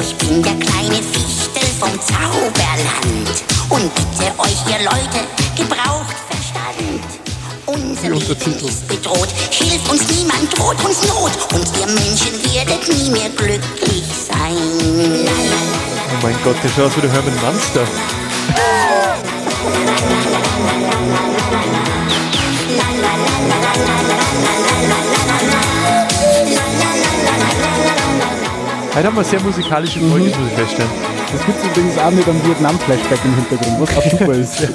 [SPEAKER 5] Ich bin der kleine Fichtel vom Zauberland und bitte euch, ihr Leute, gebraucht Verstand. Unser Leben ist bedroht, hilft uns niemand, droht uns Not und ihr Menschen werdet nie mehr glücklich sein. La, la, la.
[SPEAKER 1] Oh mein Gott, das schaut aus wie der Herman Munster. Heute haben wir sehr musikalische Folge, muss ich feststellen.
[SPEAKER 2] Das gibt's übrigens auch mit einem Vietnam-Flashback im Hintergrund, was auch super ist.
[SPEAKER 5] Ihr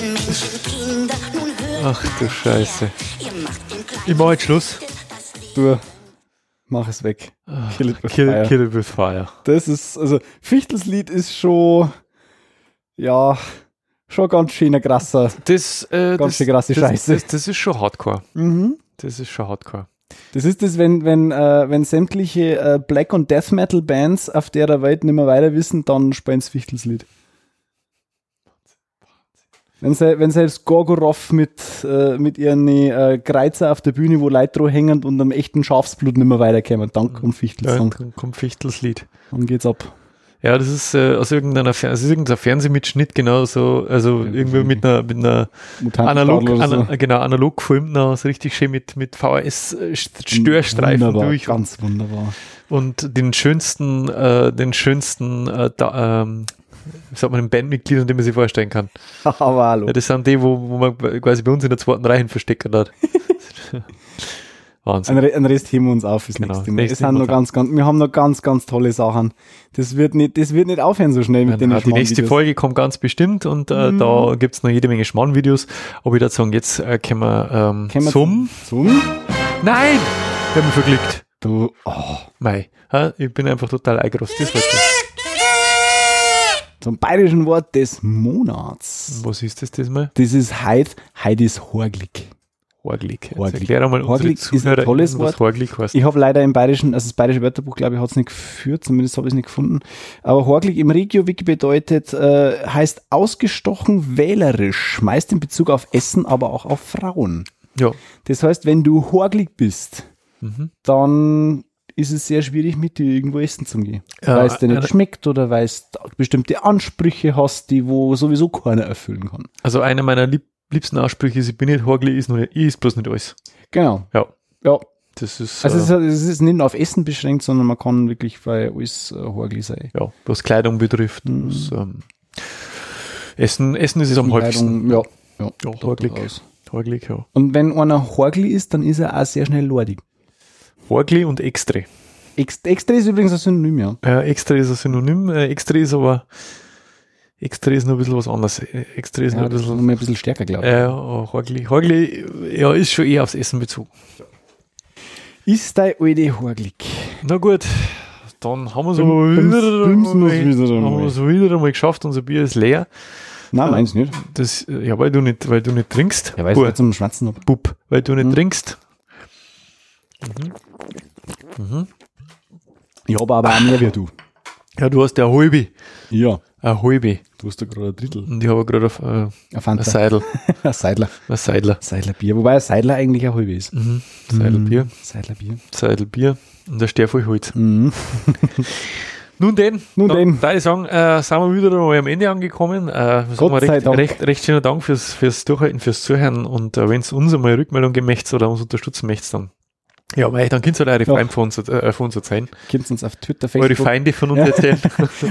[SPEAKER 5] lieben Menschenkinder, nun hört
[SPEAKER 1] Ach du Scheiße.
[SPEAKER 5] ihr macht den kleinen
[SPEAKER 1] Ich mache jetzt Schluss.
[SPEAKER 2] Du, mach es weg. Kill it with
[SPEAKER 1] Ah, Kill,
[SPEAKER 2] fire.
[SPEAKER 1] kill it with fire.
[SPEAKER 2] Das ist, also, Fichtels Lied ist schon, ja, schon ganz schöner Grasser.
[SPEAKER 1] Das, äh,
[SPEAKER 2] Ganz
[SPEAKER 1] das,
[SPEAKER 2] schön krasse
[SPEAKER 1] das,
[SPEAKER 2] Scheiße.
[SPEAKER 1] Das, das ist schon hardcore.
[SPEAKER 2] Mhm.
[SPEAKER 1] Das ist schon hardcore.
[SPEAKER 2] Das ist das, wenn, wenn, äh, wenn sämtliche äh, Black- und Death Metal-Bands auf der Welt nicht mehr weiter wissen, dann spielen sie Fichtels Lied. Wenn, se wenn selbst Gorgorov mit, äh, mit ihren äh, Kreizer auf der Bühne, wo Leitro hängend und am echten Schafsblut nicht mehr weiterkommen, dann kommt Fichtels. Dann,
[SPEAKER 1] Dann kommt Fichtels Lied.
[SPEAKER 2] dann geht's ab.
[SPEAKER 1] Ja, das ist äh, aus irgendeiner Fer das ist irgendein Fernsehmitschnitt, genau so, also irgendwie mit einer, mit einer analog,
[SPEAKER 2] Mutantenstadel oder so.
[SPEAKER 1] ana, genau, analog gefilmt, na, so richtig schön mit, mit VHS-Störstreifen
[SPEAKER 2] Mhm. Wunderbar,
[SPEAKER 1] äh, durch und,
[SPEAKER 2] Ganz wunderbar.
[SPEAKER 1] und den schönsten, äh, den schönsten, äh, da, ähm, wie sagt man, den Bandmitgliedern, den man sich vorstellen kann.
[SPEAKER 2] Aber hallo.
[SPEAKER 1] Ja, das sind die, wo, wo man quasi bei uns in der zweiten Reihe verstecken hat. Wahnsinn.
[SPEAKER 2] Ein Re- Ein Rest heben wir uns auf fürs
[SPEAKER 1] Genau,
[SPEAKER 2] nächste Mal.
[SPEAKER 1] nächstes
[SPEAKER 2] Es sind
[SPEAKER 1] Mal
[SPEAKER 2] noch
[SPEAKER 1] dran.
[SPEAKER 2] ganz, ganz, wir haben noch ganz, ganz tolle Sachen. Das wird nicht, das wird nicht aufhören so schnell mit den
[SPEAKER 1] Ja, Also, die nächste
[SPEAKER 2] Schmarrnvideos. Mhm.
[SPEAKER 1] Folge kommt ganz bestimmt und äh, da gibt es noch jede Menge Schmarrn-Videos. Aber ich würde sagen, jetzt äh, können wir ähm,
[SPEAKER 2] Können wir
[SPEAKER 1] zum.
[SPEAKER 2] Zum?
[SPEAKER 1] Nein! Wir haben mich verglückt.
[SPEAKER 2] Du, oh,
[SPEAKER 1] Mei. Ha, ich bin einfach total eingerost. Das war's dann.
[SPEAKER 2] zum bayerischen Wort des Monats.
[SPEAKER 1] Was ist das diesmal?
[SPEAKER 2] Das ist Heid, Heid ist Horglick.
[SPEAKER 1] Horglig. Jetzt
[SPEAKER 2] Horglig.
[SPEAKER 1] erklär einmal unsere
[SPEAKER 2] Horglig ist ein
[SPEAKER 1] Zuhörer,
[SPEAKER 2] tolles
[SPEAKER 1] was
[SPEAKER 2] Wort.
[SPEAKER 1] Horglig heißt.
[SPEAKER 2] Ich habe leider im bayerischen, also das bayerische Wörterbuch, glaube ich, hat es nicht geführt, zumindest habe ich es nicht gefunden. Aber Horglick im Regio-Wiki bedeutet, äh, heißt ausgestochen wählerisch, meist in Bezug auf Essen, aber auch auf Frauen.
[SPEAKER 1] ja.
[SPEAKER 2] Das heißt, wenn du horgelig bist, dann ist es sehr schwierig, mit dir irgendwo essen zu gehen.
[SPEAKER 1] Ja,
[SPEAKER 2] weil es dir nicht
[SPEAKER 1] äh,
[SPEAKER 2] schmeckt oder weil es da bestimmte Ansprüche hast, die wo sowieso keiner erfüllen kann.
[SPEAKER 1] Also einer meiner lieb liebsten Aussprüche ist, ich bin nicht Horgli, ist, nur nicht, ich ist bloß nicht alles.
[SPEAKER 2] Genau.
[SPEAKER 1] Ja.
[SPEAKER 2] Ja.
[SPEAKER 1] Das ist.
[SPEAKER 2] Also
[SPEAKER 1] äh,
[SPEAKER 2] es ist, es ist nicht nur auf Essen beschränkt, sondern man kann wirklich bei alles äh, horgelig sein.
[SPEAKER 1] ja, was Kleidung betrifft. Was, ähm, Essen, Essen ist es am häufigsten.
[SPEAKER 2] Mhm. Kleidung, Ja. ja,
[SPEAKER 1] Ja,
[SPEAKER 2] da
[SPEAKER 1] Horglig.
[SPEAKER 2] kommt raus.
[SPEAKER 1] Horglig, ja.
[SPEAKER 2] Und wenn einer horgelig ist, dann ist er auch sehr schnell lordig.
[SPEAKER 1] Horgli und Extre.
[SPEAKER 2] Ex extra ist übrigens ein Synonym, ja.
[SPEAKER 1] Äh, extra ist ein Synonym, äh, extra ist aber extra ist noch ein bisschen was anderes. Äh, extra ist noch
[SPEAKER 2] ja
[SPEAKER 1] ein
[SPEAKER 2] das ist
[SPEAKER 1] bisschen.
[SPEAKER 2] nochmal ein bisschen stärker, glaube ich.
[SPEAKER 1] Äh, oh, Horgli, Horgli, ja, ist schon eher aufs Essen bezogen.
[SPEAKER 2] Ist dein alte horgelig?
[SPEAKER 1] Na gut, dann haben wir es
[SPEAKER 2] Bim-
[SPEAKER 1] aber
[SPEAKER 2] bims-
[SPEAKER 1] wieder,
[SPEAKER 2] bimsen wir's wieder
[SPEAKER 1] einmal- haben
[SPEAKER 2] einmal.
[SPEAKER 1] wir es wieder einmal geschafft, unser Bier ist leer.
[SPEAKER 2] Nein, meins nicht.
[SPEAKER 1] Das, äh, ja, weil du nicht, weil du nicht trinkst.
[SPEAKER 2] Ja, Hm? weil
[SPEAKER 1] Buh,
[SPEAKER 2] ich zum Schwatzen habe.
[SPEAKER 1] Bub, weil du nicht trinkst.
[SPEAKER 2] Ich habe aber auch mehr wie du.
[SPEAKER 1] Ja, du hast ja eine halbe.
[SPEAKER 2] Ja,
[SPEAKER 1] Eine halbe.
[SPEAKER 2] du hast da gerade ein Drittel.
[SPEAKER 1] Und ich habe gerade auf, äh,
[SPEAKER 2] Ein
[SPEAKER 1] ein
[SPEAKER 2] Fanta.
[SPEAKER 1] Seidel.
[SPEAKER 2] Ein Seidler.
[SPEAKER 1] Ein Seidler.
[SPEAKER 2] Seidlerbier. Wobei ein Seidler eigentlich ein halbe
[SPEAKER 1] Mhm.
[SPEAKER 2] ist.
[SPEAKER 1] Seidelbier.
[SPEAKER 2] Seidlerbier.
[SPEAKER 1] Seidelbier und der Stefan Holz. Nun denn,
[SPEAKER 2] Mhm. Nun
[SPEAKER 1] dann
[SPEAKER 2] denn.
[SPEAKER 1] darf ich sagen, äh, sind wir wieder mal am Ende angekommen. Äh, sagen
[SPEAKER 2] Gott
[SPEAKER 1] wir
[SPEAKER 2] sei
[SPEAKER 1] recht,
[SPEAKER 2] Dank.
[SPEAKER 1] Recht, recht schönen Dank fürs, fürs Durchhalten, fürs Zuhören und äh, wenn es uns einmal Rückmeldung gemächt oder uns unterstützen möchtet, dann ja, mei, dann könnt ihr halt eure
[SPEAKER 2] Ja.
[SPEAKER 1] Freunde von uns, äh, von uns erzählen.
[SPEAKER 2] Könnt uns auf Twitter,
[SPEAKER 1] Eure
[SPEAKER 2] Facebook.
[SPEAKER 1] Feinde von uns
[SPEAKER 2] Ja.
[SPEAKER 1] erzählen.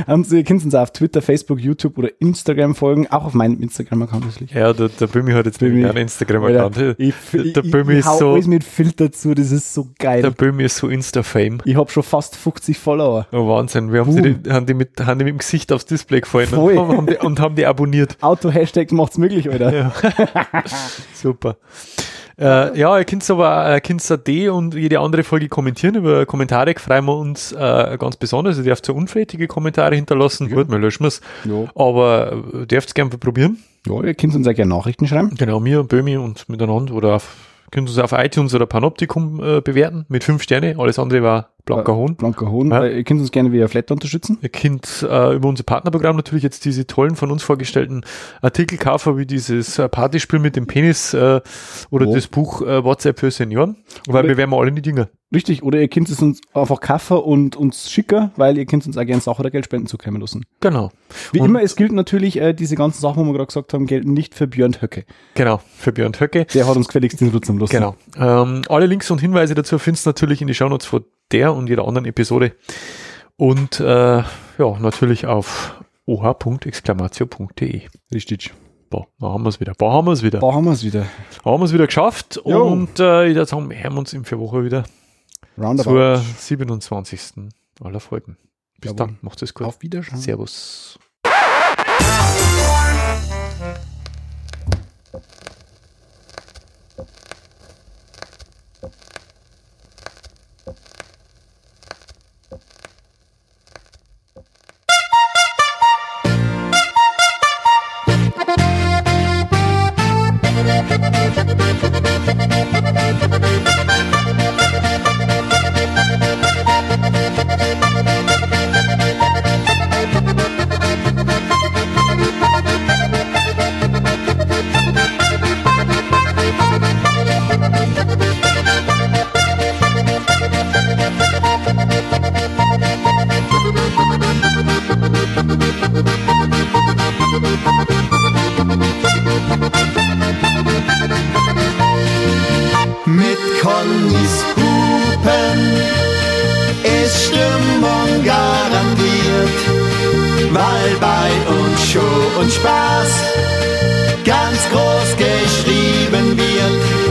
[SPEAKER 2] Könnt ihr uns auch auf Twitter, Facebook, YouTube oder Instagram folgen. Auch auf meinem Instagram-Account natürlich.
[SPEAKER 1] Ja, der, der Bömi hat halt jetzt
[SPEAKER 2] Bömi.
[SPEAKER 1] nämlich einen Instagram-Account. Der
[SPEAKER 2] Alter, ich, ich, ich,
[SPEAKER 1] Bömi
[SPEAKER 2] ich
[SPEAKER 1] ist
[SPEAKER 2] hau
[SPEAKER 1] so,
[SPEAKER 2] alles mit Filter zu, das ist so geil.
[SPEAKER 1] der Bömi ist so Insta-Fame.
[SPEAKER 2] ich habe schon fast 50 Follower.
[SPEAKER 1] Oh, Wahnsinn, wir haben, sie,
[SPEAKER 2] Boom.
[SPEAKER 1] die- haben, die mit, haben die mit dem Gesicht aufs Display gefallen
[SPEAKER 2] Voll.
[SPEAKER 1] und haben, haben die, und haben die abonniert.
[SPEAKER 2] Auto-Hashtag macht's möglich, Alter.
[SPEAKER 1] Super. Äh, ja, ihr könnt aber äh, könnt's auch die und jede andere Folge kommentieren. Über Kommentare freuen wir uns äh, ganz besonders. Ihr dürft so unflätige Kommentare hinterlassen. Gut, wir löschen wir's.
[SPEAKER 2] Ja.
[SPEAKER 1] Aber äh, dürft gerne probieren.
[SPEAKER 2] Ja, ihr könnt uns auch gerne Nachrichten schreiben.
[SPEAKER 1] Genau, mir und Bömi und miteinander. Oder auf, könnt uns auf iTunes oder Panoptikum äh, bewerten mit fünf Sterne. Alles andere war blanker Hohn.
[SPEAKER 2] Blanker Hohn.
[SPEAKER 1] Ja.
[SPEAKER 2] Äh, Ihr könnt uns gerne via Flatter unterstützen.
[SPEAKER 1] Ihr könnt äh, über unser Partnerprogramm natürlich jetzt diese tollen von uns vorgestellten Artikel kaufen, wie dieses äh, Partyspiel mit dem Penis äh, oder
[SPEAKER 2] Oh.
[SPEAKER 1] das Buch äh, WhatsApp für Senioren. Weil wir werden alle die Dinger.
[SPEAKER 2] Richtig, oder ihr könnt es uns einfach kaufen und uns schicken, weil ihr könnt uns auch gerne Sachen oder Geldspenden zukommen lassen.
[SPEAKER 1] Genau.
[SPEAKER 2] Wie
[SPEAKER 1] Und-
[SPEAKER 2] immer, es gilt natürlich, äh, diese ganzen Sachen, wo wir gerade gesagt haben, gelten nicht für Björn Höcke.
[SPEAKER 1] Genau, für Björn Höcke.
[SPEAKER 2] Der hat uns gefälligst den Rutz am Lust.
[SPEAKER 1] Genau. Ähm, alle Links und Hinweise dazu findest du natürlich in die Shownotes von der und jeder anderen Episode. Und äh, ja, natürlich auf oha.exclamatio.de.
[SPEAKER 2] Richtig.
[SPEAKER 1] Boah, da haben wir es wieder. Boah, haben wir es wieder.
[SPEAKER 2] Da haben wir es wieder.
[SPEAKER 1] Haben wir es wieder geschafft.
[SPEAKER 2] Jo.
[SPEAKER 1] Und äh, ich würde sagen, wir hören uns in vier Wochen wieder. zur 27. aller Folgen. Bis
[SPEAKER 2] Jawohl.
[SPEAKER 1] dann, macht es gut.
[SPEAKER 2] Auf Wiedersehen.
[SPEAKER 1] Servus.
[SPEAKER 5] Thank
[SPEAKER 3] ist Stimmung garantiert, weil bei uns Show und Spaß ganz groß geschrieben wird.